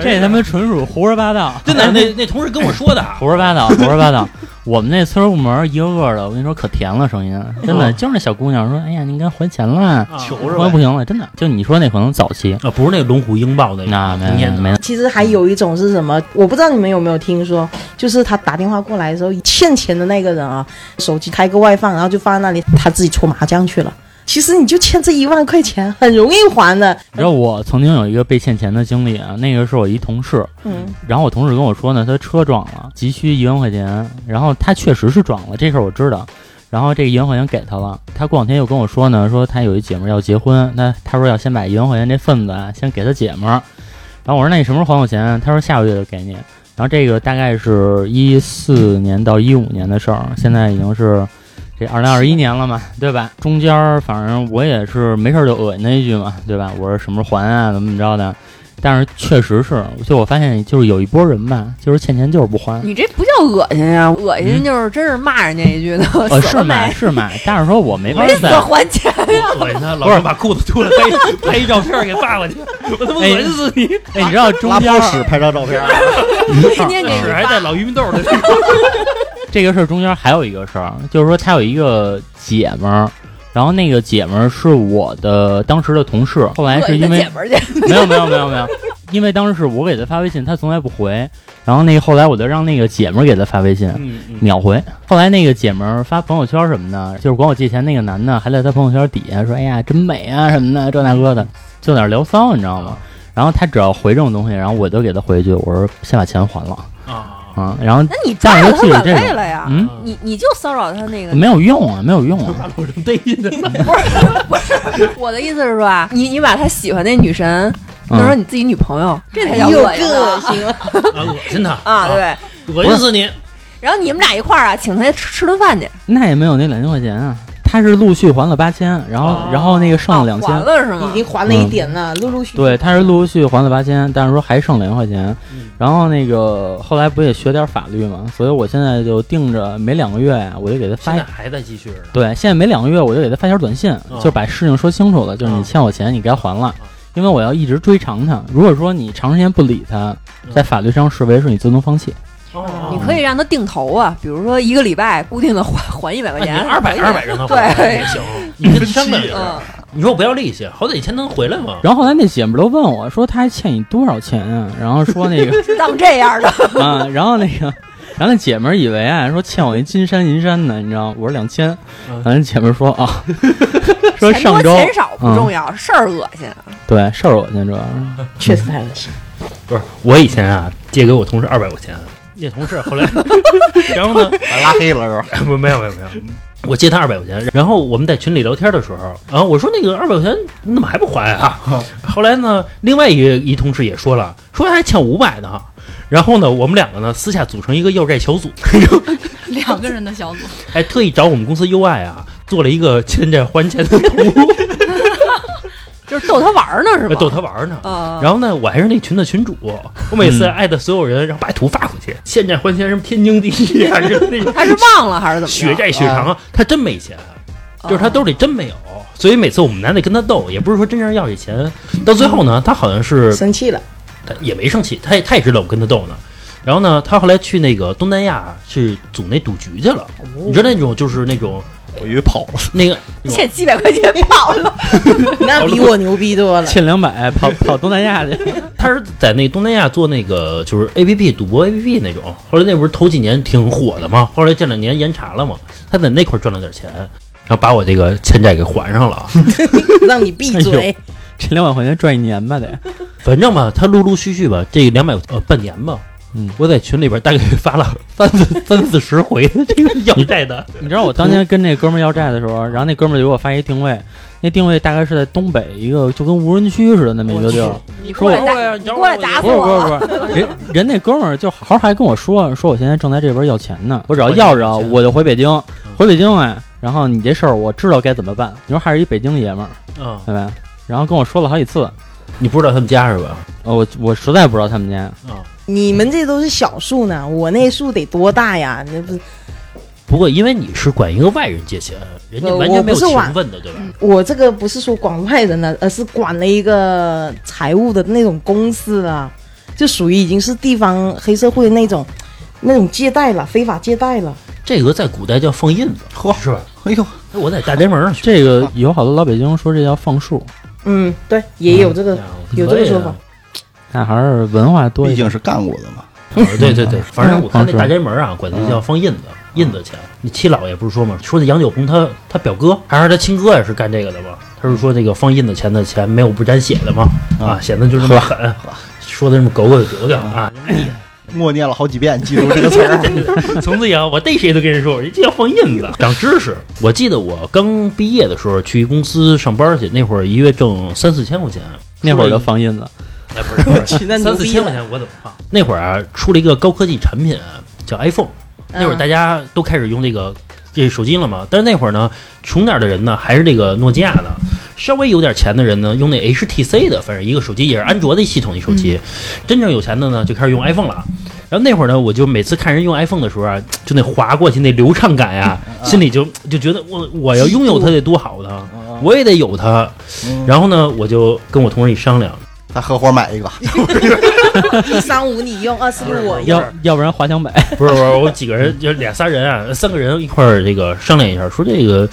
S5: 这他妈纯属胡说 八道，
S1: 真的，那那同事跟我说的，啊
S5: 胡说八道，胡说八道。我们那村儿部门儿一个个的，我跟你说可甜了，声音真的
S3: 哦
S1: 嗯
S5: 就是那小姑娘说：“哎呀，您该还钱了，
S1: 啊
S2: 求着
S5: 还
S2: 呗
S5: 不。行了。”真的，就你说那可能早期，
S1: 啊，不是那个龙虎鹰豹那个，
S5: 那没
S1: 念的
S5: 没
S1: 啊
S5: 没，
S3: 其实还有一种是什么？我不知道你们有没有听说，就是他打电话过来的时候，欠钱的那个人啊，手机开个外放，然后就放在那里，他自己搓麻将去了。其实你就欠这一万块钱，很容易还的。
S5: 你知道我曾经有一个被欠钱的经历啊，那个是我一同事，
S3: 嗯，
S5: 然后我同事跟我说呢，他车撞了，急需一万块钱，然后他确实是撞了，这事儿我知道。然后这个一万块钱给他了，他过两天又跟我说呢，说他有一姐们儿要结婚，那他说要先把一万块钱这份子啊先给他姐们儿。然后我说那你什么时候还我钱啊？他说下个月就给你。然后这个大概是一四年到一五年的事儿，现在已经是这二零二一年了嘛，对吧？中间儿反正我也是没事儿就恶心他一句嘛，对吧？我说什么时候还啊，怎么怎么着的。但是确实是，就我发现就是有一波人吧，就是欠钱就是不还。
S4: 你这不叫恶心呀、恶心就是真是骂人家一句的，
S5: 呃，
S4: 死
S5: 是
S4: 了
S5: 买
S4: 没？
S5: 是买，但是说我没法
S4: 没死
S5: 再
S4: 还钱。
S1: 恶心他，老是把裤子脱了 拍拍一照片给发过去，我他妈恶心死你！
S5: 哎，你知道
S2: 拉
S5: 中间
S2: 泡
S5: 儿
S2: 屎拍张照片啊儿，
S5: 嗯
S4: 天天给你
S1: 屎还带老玉米豆的，
S5: 这个事儿中间还有一个事儿，啊就是说他有一个姐们儿，然后那个姐们儿是我的当时的同事，后
S4: 恶
S5: 来哎是
S4: 心
S5: 因
S4: 他
S5: 为嗯
S4: 姐们儿去，
S5: 没有没有没有没有，因为当时是我给他发微信，他从来不回，然后那个后来我就让那个姐们儿给他发微信，
S1: 嗯嗯
S5: 秒回。后来那个姐们儿发朋友圈什么的，就是管我借钱那个男的，还在他朋友圈底下说：“哎呀，真美啊什么的，这那个的，就在那儿聊骚，你知道吗？”然后他只要回这种东西，然后我就给他回一句：“我说先把钱还了
S1: 啊，
S5: 啊。”然后
S4: 那你抓
S5: 但
S4: 了
S5: 是
S4: 他
S5: 就是
S4: 晚
S5: 这
S4: 辈
S5: 种
S4: 了呀？
S5: 嗯，
S4: 你你就骚扰他那个，
S5: 没有用啊，没有用啊。
S1: 大路上逮着，
S4: 不是不是， 我的意思是说啊，你你把他喜欢那女神
S1: 嗯
S4: 弄成你自己女朋友，这
S1: 哎
S4: 才叫
S3: 又
S4: 恶心呢
S3: 恶心了。
S1: 啊恶心他
S4: 啊！，对，
S1: 恶心死你！
S4: 然后你们俩一块儿啊，请他吃吃顿饭去，
S5: 那也没有那两千块钱啊，他是陆续还了八千，然后、
S1: 哦
S5: 然后那个剩
S4: 啊
S5: 了两千、
S4: 还了是吗
S3: 已？经还了一点了，陆陆续续。
S5: 对，嗯他是陆陆续续还了八千，但是说还剩两千块钱
S1: 嗯。
S5: 然后那个后来不也学点法律嘛，所以我现在就定着每两个月呀，我就给他发
S1: 现
S5: 一
S1: 在哦还在继续着呢。
S5: 对，现在每两个月我就给他发条短信，就是把事情说清楚了，就是
S1: 哦
S5: 你欠我钱，你该还了。因为我要一直追偿他，如果说你长时间不理他，
S1: 嗯
S5: 在法律上视为是你自动放弃。
S4: 哦
S1: 啊
S4: 你可以让他定投啊，比如说一个礼拜固定的还还一百块
S1: 啊那你
S4: 钱，
S1: 二百
S4: 还
S1: 二百让他
S4: 对
S1: 也行， 你跟他商量一下
S4: 嗯，
S1: 你说我不要利息，好歹以前能回来吗？
S5: 然后后来那姐们儿都问我说他还欠你多少钱啊？然后说那个
S4: 当这样的，
S5: 啊，然后那个，然后那姐们儿以为啊，说欠我一金山银山呢，你知道吗？我说两千，
S1: 嗯
S5: 然后那姐们儿说啊，说
S4: 钱多
S5: 上周
S4: 钱少不重
S1: 嗯
S4: 要，事儿恶心。啊
S5: 对事儿，我先主要是
S3: 确实太恶心。
S1: 不是，我以前啊借给我同事二百块钱，那同事 后来，然后呢，
S2: 把拉黑了是吧？
S1: 不， 没有没有没有，我借他二百块钱，然后我们在群里聊天的时候，然后我说那个二百块钱你怎么还不还啊？ 后来呢，另外一个一同事也说了，说还欠五百呢。然后呢，我们两个呢私下组成一个要债小组，
S6: 两个人的小组，
S1: 还特意找我们公司 UI 啊做了一个欠债还钱的 图，
S4: 就是逗他玩儿呢，是吧？
S1: 呃逗他玩呢。
S4: 啊，
S1: 然后呢，我还是那群的群主，我每次艾特所有人，然后把图发过去，欠债还钱什么天经地 义啊，什么那种
S4: 他是忘了还是怎么着？
S1: 血债血偿啊，他真没钱。
S4: 啊
S1: 就是他兜里真没有，所以每次我们男的跟他斗，也不是说真正要这钱。到最后呢，他好像是
S3: 生气了，
S1: 他也没生气，他也他也知道我跟他斗呢。然后呢，他后来去那个东南亚去组那赌局去了，你知道那种就是那种
S2: 我以为跑 了，
S1: 那个
S4: 欠七百块钱跑了，
S3: 那比我牛逼 多了。
S5: 欠两百跑跑东南亚去，
S1: 他是在那东南亚做那个就是 A P P 赌博 A P P 那种，后来那不是头几年挺火的嘛，后来这两年严查了嘛，他在那块儿赚了点钱。然后把我这个欠债给还上了 啊。
S3: 让你闭嘴。
S5: 这两百块钱赚一年吧得。
S1: 反正吧，他陆陆续续吧，这两百呃半年吧，
S5: 嗯
S1: 我在群里边大概发了 三四三四十回 的这个要债的，
S5: 你知道我当年跟那哥们儿要债的时候，然后那哥们儿就给我发一定位，那定位大概是在东北一个就跟无人区似的那么一个地儿。
S4: 你过来打，你过来打
S1: 哎
S4: 死
S5: 不是不
S4: 我！
S5: 是不是，人人那哥们儿就好好还跟我说，说我现在正在这边要钱呢，我只要要着我就回北京，回北京哎，然后你这事儿我知道该怎么办。你说还是一北京爷们儿，
S1: 嗯，
S5: 对吧？然后跟我说了好几次，
S1: 你不知道他们家是吧？
S5: 呃我我实在不知道他们家，
S3: 你们这都是小数呢，我那数得多大呀？那不，
S1: 不过因为你是管一个外人借钱，人家
S3: 呃
S1: 完全没有
S3: 我不是嗯
S1: 情
S3: 管
S1: 分的，对吧？
S3: 我这个不是说管外人了，而是管了一个财务的那种公司啊，就属于已经是地方黑社会那种，那种借贷了，非法借贷了。
S1: 这个在古代叫放印子，
S2: 呵，
S1: 是吧？
S2: 哎呦，
S1: 哎我在大连门上学，
S5: 这个有好多老北京说这叫放数，
S3: 嗯，对，也有这个，
S1: 嗯
S3: 有这个
S1: 啊
S3: 说法。
S5: 那还是文化多一
S2: 毕
S5: 些。
S2: 竟是干过的嘛。
S1: 可以啊 对对对，反正我看那
S5: 嗯
S1: 大连门啊，管那叫放印子，印子钱。你七老爷不是说嘛，说那杨九红他他表哥还是他亲哥也是干这个的嘛？他是说这个放印子钱的钱没有不沾血的嘛？啊，显得就这么狠，说的这么狗狗丢丢 啊！
S2: 默念了好几遍，记 住这个词儿。
S1: 从此以后，我逮谁都跟人说，人家要放印子，长知识。我记得我刚毕业的时候去一公司上班去，那会儿一月挣三四千块钱，
S5: 那会儿就放印子，
S1: 哎不是不是
S3: 那
S1: 三
S3: 牛
S1: 四
S3: 逼
S1: 千块
S3: 了。
S1: 钱我怎么放？那会儿啊，出了一个高科技产品叫 iPhone，那
S4: 嗯
S1: 会儿大家都开始用这个这手机了嘛。但是那会儿呢，穷点儿的人呢还是这个诺基亚的，稍微有点钱的人呢用那 HTC 的，反正一个手机也是安卓的系统一手机。真正有钱的呢就开始用 iPhone 了。然后那会儿呢，我就每次看人用 iPhone 的时候啊，就那划过去那流畅感呀、心里就就觉得我我要拥有它得多好
S2: 嗯
S1: 呢，我也得有它。然后呢，我就跟我同事一商量，
S2: 咱合伙买一个，
S3: 一三五你用，二四六我用
S5: 要。要不然滑翔板。
S1: 不是不是，我几个人就俩仨人啊，三个人一块儿这个商量一下，说这个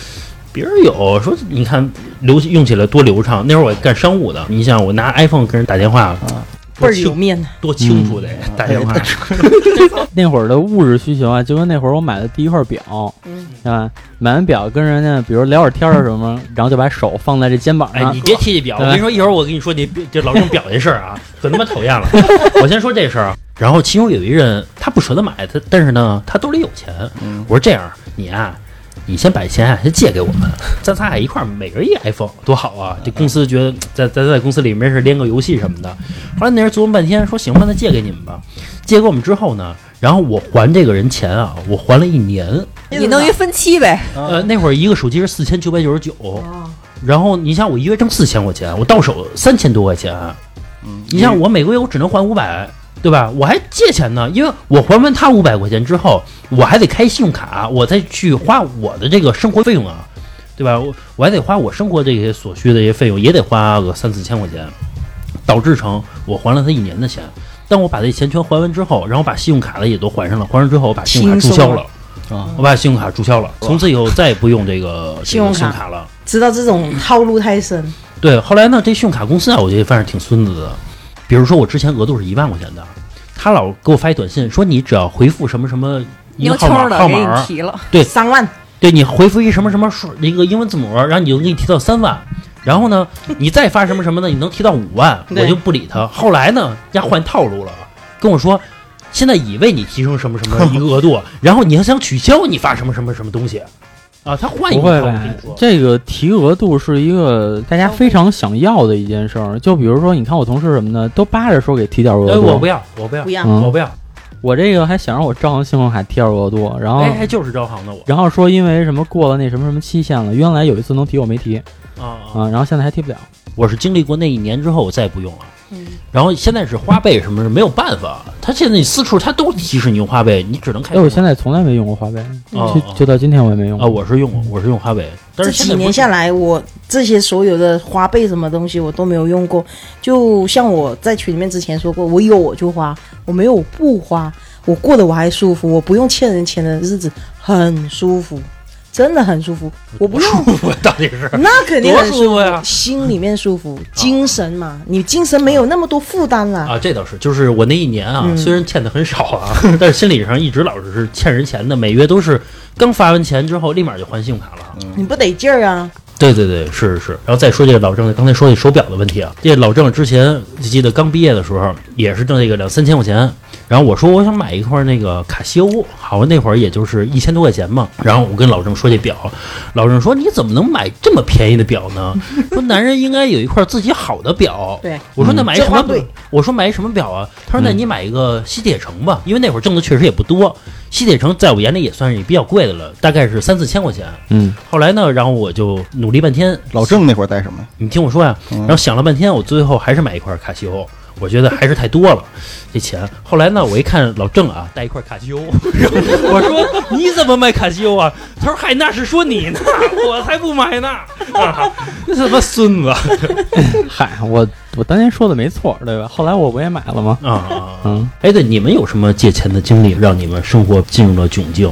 S1: 别人有，说你看流用起来多流畅。那会儿我干商务的，你想我拿 iPhone 跟人打电话，
S3: 倍
S1: 多
S3: 儿有
S1: 清
S3: 面，
S1: 多清楚得打电话，
S5: 那会儿的物质需求啊，就跟那会儿我买的第一块表，
S3: 嗯，
S5: 对吧？买完表跟人家比如聊会儿天儿什么，然后就把手放在这肩膀
S1: 哎，
S5: 上
S1: 你，别提这表，我
S5: 啊对
S1: 跟你
S5: 吧
S1: 说，一会儿我跟你说你这老郑表这事儿啊，可他妈讨厌了。 我先说这事儿啊，然后其中有一人他不舍得买，他但是呢，他兜里有钱。
S2: 嗯
S1: 我说这样，你啊，你先把钱啊先借给我们，咱仨一块儿每人一 iPhone，多好啊！这公司觉得在在在公司里没事儿连个游戏什么的。后来那人琢磨半天，说行吧，那借给你们吧。借给我们之后呢，然后我还这个人钱啊，我还了一年。
S4: 你弄一分期呗，
S1: 呃，那会儿一个手机是四千九百九十九，然后你像我一月挣四千块钱，我到手三千多块钱，啊
S2: 嗯，
S1: 你像我每个月我只能还五百，对吧？我还借钱呢，因为我还完他五百块钱之后，我还得开信用卡，我再去花我的这个生活费用啊，对吧？我我还得花我生活这些所需的这些费用，也得花个三四千块钱，导致成我还了他一年的钱。当我把这钱全还完之后，然后把信用卡的也都还上了，还上之后我把信用卡注
S3: 轻
S1: 销
S3: 松
S1: 了。
S2: 啊
S1: 我把信用卡注销了，从此以后再也不用这个这个
S3: 信用卡
S1: 信用卡了。
S3: 知道这种套路太深，
S1: 对，后来呢，这信用卡公司啊，我觉得反正挺孙子的。比如说我之前额度是一万块钱的，他老给我发一短信说你只要回复什么什么一
S4: 牛
S1: 个
S4: 抽
S1: 号码
S4: 的
S1: 号
S4: 给
S1: 码
S4: 你
S1: 儿，
S4: 提了，
S3: 三万
S1: 对你回复一什么什么数那个英文字母，然后你就给你提到三万。然后呢，你再发什么什么呢？你能提到五万，我
S3: 对
S1: 就不理他。后来呢，人家换套路了，跟我说，现在已为你提升什么什么一个额度，啊然后你要想取消，你发什么什么什么东西，啊，他换一
S5: 不
S1: 个
S5: 会
S1: 套路
S5: 吧
S1: 跟你说。？
S5: 这个提额度是一个大家非常想要的一件事儿。就比如说，你看我同事什么的，都扒着说给提点额
S1: 哎，
S5: 度。
S1: 我不要，我不要
S3: 不，要，
S5: 嗯
S1: 我不要。
S5: 我这个还想让我招行信用卡提点额度，然后
S1: 哎，哎就是招行的我
S5: 然后说因为什么过了那什么什么期限了，原来有一次能提我没提
S1: 啊啊！
S5: 啊，然后现在还提不了。
S1: 我是经历过那一年之后，我再也不用了。
S3: 嗯
S1: 然后现在是花呗什么的没有办法，他现在你四处他都提示你用花呗，你只能开
S5: 哎，
S1: 通。
S5: 我现在从来没用过花呗，
S1: 哦
S5: 就就到今天我也没用
S1: 啊，
S5: 过。
S1: 我是用过，我是用花呗，但
S3: 这
S1: 是
S3: 几年下
S1: 来，
S3: 来，我这些所有的花呗什么东西我都没有用过。就像我在群里面之前说过，我有我就花，我没有我不花，我过得我还舒服，我不用欠人钱的日子很舒服。真的很舒服。我不用，
S1: 我到底是
S3: 那肯定
S1: 多
S3: 很
S1: 舒服呀！
S3: 心里面舒服，精神嘛，你精神没有那么多负担了。
S1: 啊，这倒是，就是我那一年啊，
S3: 嗯
S1: 虽然欠的很少啊， 但是心理上一直老是欠人钱的，每月都是刚发完钱之后立马就还信用卡了。
S3: 你不得劲儿 啊！
S1: 对对对，是是是。然后再说这个老郑刚才说这手表的问题啊，这老郑之前记得刚毕业的时候也是挣这个两三千块钱，然后我说我想买一块那个卡西欧，好像那会儿也就是一千多块钱嘛。 然后我跟老郑说这表，老郑说你怎么能买这么便宜的表呢？说男人应该有一块自己好的表。
S3: 对，嗯
S1: 我说那买一什么
S3: 这话对？
S1: 我说买一什么表啊？他说那你买一个西铁城吧，因为那会儿挣的确实也不多，西铁城在我眼里也算是比较贵的了，大概是三四千块钱。
S5: 嗯，
S1: 后来呢，然后我就努力半天，
S2: 老郑那会儿戴什么呀？
S1: 你听我说呀、然后想了半天，我最后还是买一块卡西欧，我觉得还是太多了，这钱。后来呢，我一看老郑啊带一块卡西欧， 然后我说你怎么买卡西欧啊？他说嗨，那是说你呢， 我才不买呢，啊，那他妈孙子啊
S5: 嗨，我我当年说的没错，对吧？后来我不也买了吗？
S1: 啊！ 啊
S5: 嗯，
S1: 哎，对，你们有什么借钱的经历，让你们生活进入了窘境？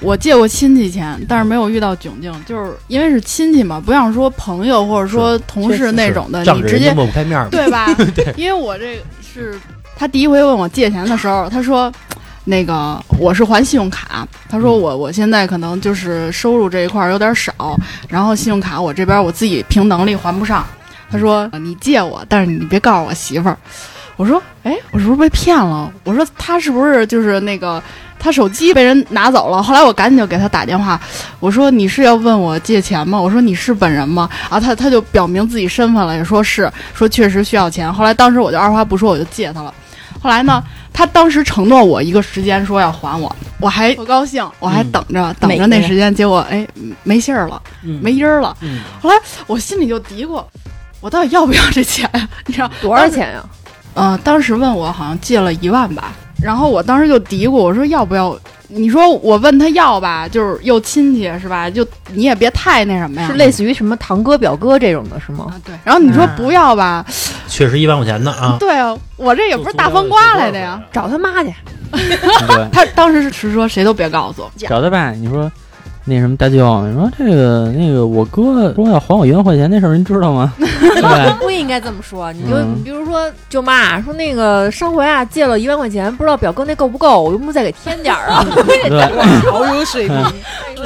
S6: 我借过亲戚钱，但是没有遇到窘境，就是因为是亲戚嘛，不像说朋友或者说同
S3: 确实
S6: 事那种的，
S1: 仗
S6: 你
S1: 着
S6: 直
S1: 人家
S6: 接
S1: 抹不开面儿嘛，
S6: 对 吧？因为我这是他第一回问我借钱的时候，他说。那个我是还信用卡，他
S1: 嗯
S6: 说我我现在可能就是收入这一块儿有点少，然后信用卡我这边我自己凭能力还不上，他说呃你借我，但是你别告诉我媳妇儿。我说哎，我是不是被骗了？我说他是不是就是那个他手机被人拿走了？后来我赶紧就给他打电话，我说你是要问我借钱吗？我说你是本人吗？啊，他他就表明自己身份了，也说是，说确实需要钱。后来当时我就二话不说，我就借他了。后来呢，他当时承诺我一个时间说要还我，我还不高兴，我还等着、等着那时间，结果哎没信儿了，
S1: 嗯
S6: 没音儿了。
S1: 嗯
S6: 后来我心里就嘀咕，我到底要不要这钱？你知道
S4: 多少钱呀、
S6: 呃，当时问我好像借了一万吧，然后我当时就嘀咕，我说要不要？你说我问他要吧，就是又亲戚是吧？就你也别太那什么呀。
S4: 是类似于什么堂哥、表哥这种的，是吗？
S6: 啊，对。然后你说不要吧，
S1: 确实一万块钱的啊，
S6: 对啊，我这也不是大风刮来的呀。
S4: 找他妈去，
S5: 对。
S6: 他当时是说谁都别告诉我，
S5: 找他爸，你说那什么大舅，你说这个那个我哥说要还我一万块钱那事儿，您知道吗？对吧？
S4: 不应该这么说。你就、
S5: 嗯
S4: 你比如说舅妈说那个上回啊借了一万块钱，不知道表哥那够不够，我用不用再给添点儿啊？
S5: 对，
S3: 好有水平，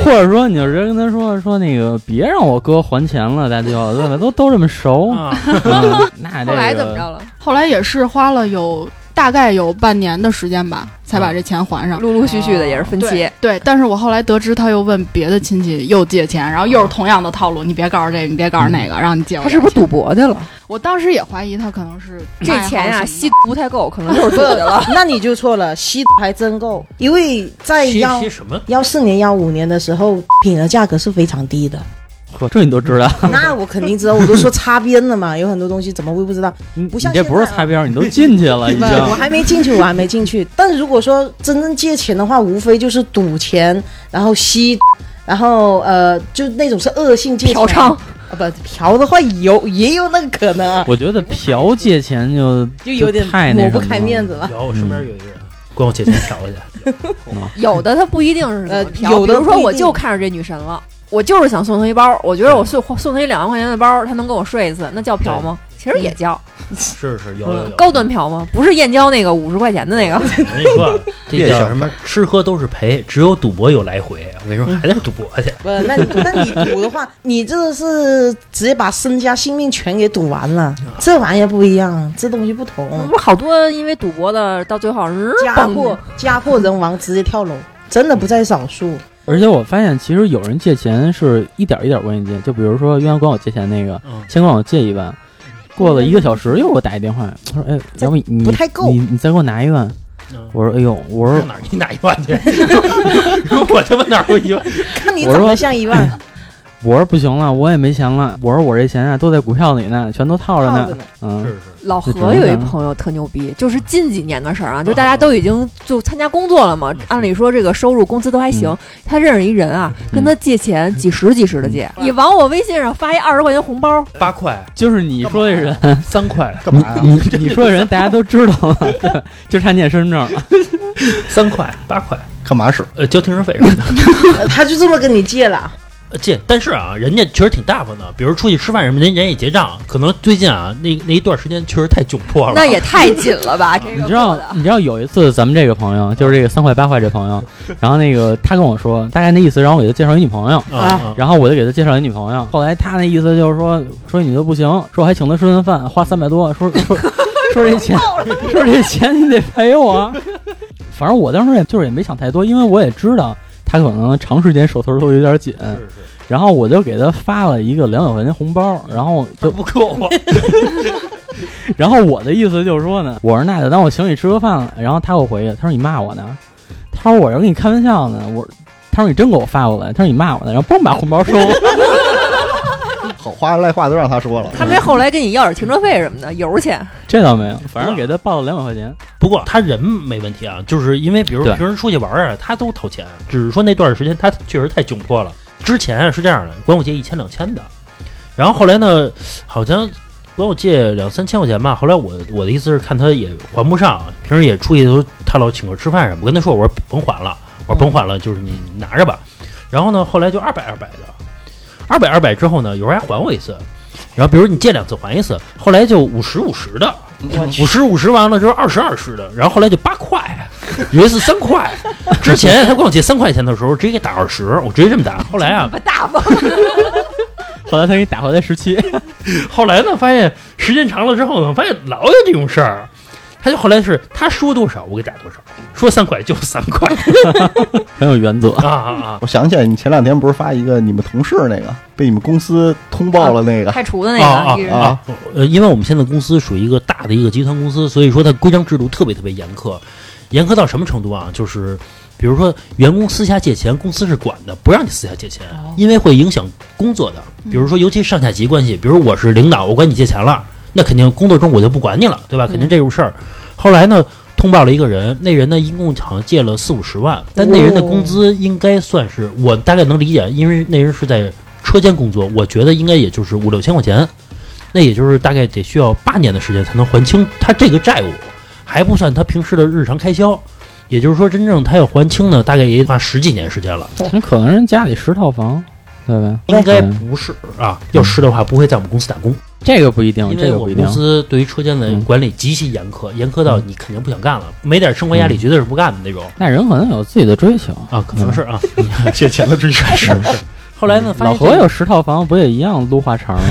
S5: 或者说你就直接跟他说说那个别让我哥还钱了，大舅，对吧？都都这么熟，
S1: 啊，
S5: 嗯那
S4: 后来
S5: 这
S4: 怎么
S5: 个
S4: 着了？
S6: 后来也是花了有大概有半年的时间吧，才把这钱还上。
S4: 陆陆续续的也是分期，
S6: 对，但是我后来得知他又问别的亲戚又借钱，然后又是同样的套路，你别告诉这个，你别告诉那个，让你借我。
S4: 嗯他是不是？赌博去了？
S6: 我当时也怀疑他可能是
S4: 这
S6: 卖好
S4: 钱呀、
S6: 什么
S4: 吸不太够，可能就是赌的了。
S3: 那你就错了，吸还真够，因为在
S1: 七
S3: 幺
S1: 七什么？
S3: 幺四年、幺五年的时候，品的价格是非常低的。
S5: 呵，这你都知道？
S3: 那我肯定知道，我都说擦边了嘛，有很多东西怎么会不知 道？
S5: 你
S3: 不
S5: 你
S3: 像
S5: 这不是
S3: 现在啊
S5: 擦边儿，你都进去了已经。
S3: 我还没进去，我还没进去。但如果说真正借钱的话，无非就是赌钱，然后吸，然后呃，就那种是恶性借钱。
S4: 嫖娼
S3: 啊，不嫖的话有也有那个可能啊，
S5: 我觉得嫖借钱就
S3: 就有点
S5: 太
S3: 抹
S5: 那什
S3: 不
S5: 么
S3: 开
S5: 了
S3: 面子了。
S1: 有，我身边有一个人嗯管我借钱少一点。
S4: 有的他不一定是什么
S3: 呃
S4: 嫖
S3: 有的
S4: 比如说
S3: 不一定
S4: 我就看上这女神了，我就是想送她一包，我觉得我送送她一两万块钱的包，她能跟我睡一次，那叫嫖吗？其实也叫
S1: 是是有有有
S4: 嗯高端嫖吗？不是燕郊那个五十块钱的那个，
S1: 我跟你 说，这
S2: 别
S1: 叫
S2: 想
S1: 什么？吃喝都是赔，只有赌博有来回。啊我跟你说，还得是赌博去。
S3: 不，那你那你赌的话，你这是直接把身家性命全给赌完了，这玩意儿不一样，这东西不同。
S4: 不 是好多因为赌博的到最后嗯
S3: 家破家破人亡，直接跳楼，真的不在少数。
S5: 而且我发现，其实有人借钱是一点儿一点儿管你借，就比如说原来管我借钱那个，
S1: 嗯
S5: 先管我借一万，过了一个小时又给我打一电话，他说：“哎，
S3: 这
S5: 要不你
S3: 不太够
S5: 你你再给我拿一万。”
S1: 嗯
S5: 我说：“哎呦，我
S1: 我
S5: 说
S1: 上哪儿给你拿一万去？ 我他妈哪儿有一万？
S3: 看你
S5: 我
S3: 长
S5: 说
S3: 得像一万，
S5: 我说不行了，我也没钱了，我说我这钱啊都在股票里呢，全都套着
S3: 套
S5: 呢
S3: 着。呢
S5: 嗯，
S1: 是是，
S4: 老何有一朋友特牛逼，就是近几年的事儿啊，就大家都已经就参加工作了嘛，按理说这个收入工资都还行
S5: 嗯。
S4: 他认识一人啊，跟他借钱几十几十的借，
S5: 嗯
S4: 你往我微信上发一二十块钱红包，
S1: 八块、
S5: 就是你说的人，
S1: 三块、
S2: 干嘛呀？
S5: 你 你说的人大家都知道了，对吧就差念身份证了。
S1: 三块、八块，
S2: 干嘛使？
S1: 呃，交停车费什么的
S3: 呃他就这么跟你借了，
S1: 呃借。但是啊，人家确实挺大方的，比如出去吃饭什么，人人也结账。可能最近啊，那那一段时间确实太窘迫了。
S4: 那也太紧了吧？这个
S5: 你知道
S4: 做的，
S5: 你知道有一次咱们这个朋友，就是这个三块八块这朋友，然后那个他跟我说大概那意思，让我给他介绍一女朋友，
S1: 啊啊，
S5: 然后我就给他介绍一女朋友。后来他那意思就是说说你这不行，说还请他吃顿饭，花三百多，说说说这钱，说这钱你得赔我啊。反正我当时也就是也没想太多，因为我也知道他可能长时间手头都有点紧，
S1: 是是
S5: 然后我就给他发了一个两百块钱红包，然后就
S1: 不够啊，
S5: 然后我的意思就是说呢，我说那就当我请你吃个饭了。然后他给我回去，他说你骂我呢，他说我是跟你开玩笑呢，我他说你真给我发过来，他说你骂我呢，然后嘣把红包收了。
S2: 好话赖话都让他说了。
S4: 他没后来跟你要点停车费什么的，油钱。
S5: 这倒没有，反正给他报了两百块钱。
S1: 不过他人没问题啊，就是因为比如
S5: 对
S1: 平时出去玩儿啊，他都掏钱，只是说那段时间他确实太窘迫了。之前啊是这样的，管我借一千两千的，然后后来呢，好像管我借两三千块钱吧。后来我我的意思是看他也还不上，平时也出去都他老请客吃饭什么，我跟他说我说甭还了，我说甭还了，就是你你拿着吧。然后呢，后来就二百二百的，二百二百之后呢，有时候还还我一次，然后比如你借两次还一次，后来就五十五十的，五十五十完了之后二十二十的，然后后来就八块，有一次三块。之前他管我借三块钱的时候，直接给打二十，我直接这么打。后来啊，
S4: 不大 方，
S5: 后来他给你打回来 十七，
S1: 后来呢，发现时间长了之后呢，发现老有这种事儿。他就后来是他说多少我给打多少，说三块就三块
S5: 很有原则。
S1: 啊啊啊！
S2: 我想起来，你前两天不是发一个你们同事那个被你们公司通报了那个
S4: 开除的
S1: 啊
S5: 哦
S4: 那个一人
S2: 啊？
S1: 呃，因为我们现在公司属于一个大的一个集团公司，所以说它规章制度特别特别严苛，严苛到什么程度啊？就是比如说员工私下借钱，公司是管的，不让你私下借钱，因为会影响工作的。比如说，尤其上下级关系，比如我是领导，我管你借钱了，那肯定工作中我就不管你了，对吧？肯定这种事儿。后来呢？通报了一个人，那人呢一共好像借了四五十万，但那人的工资应该算是我大概能理解，因为那人是在车间工作，我觉得应该也就是五六千块钱，那也就是大概得需要八年的时间才能还清他这个债务，还不算他平时的日常开销。也就是说，真正他要还清呢，大概也花十几年时间了，
S5: 那可能人家里十套房，对吧？
S1: 应该
S5: 嗯
S1: 不是啊。要是的话，不会在我们公司打工，
S5: 这个不一定，
S1: 因
S5: 这
S1: 为
S5: 个
S1: 我
S5: 不
S1: 们
S5: 一定
S1: 公。司对于车间的管理极其严苛，严苛到你肯定不想干了，没点生活压力绝对是不干的那种
S5: 那人可能有自己的追求。
S1: 啊，可能是啊。
S2: 借钱的追求。
S1: 是是。后来呢，发
S5: 老
S1: 现
S5: 何有十套房，不也一样撸花肠吗？。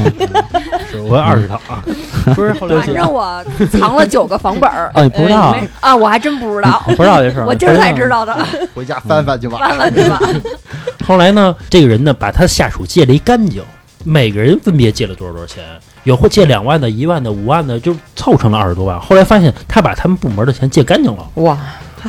S1: 是我有二十套啊，不是后来
S4: 反正我藏了九个房本儿
S5: 哦，你不知道啊嗯
S4: 哎？没啊，我还真不知道，
S5: 不知道这事 儿？
S4: 我今儿才知。道的。
S2: 回家翻翻去吧。
S4: 哎
S1: 嗯
S4: 完了对吧？
S1: 后来呢，这个人呢把他下属借了一干净，每个人分别借了多少多少钱，有会借两万的、一万的、五万的，就凑成了二十多万。后来发现他把他们部门的钱借干净了，
S3: 哇，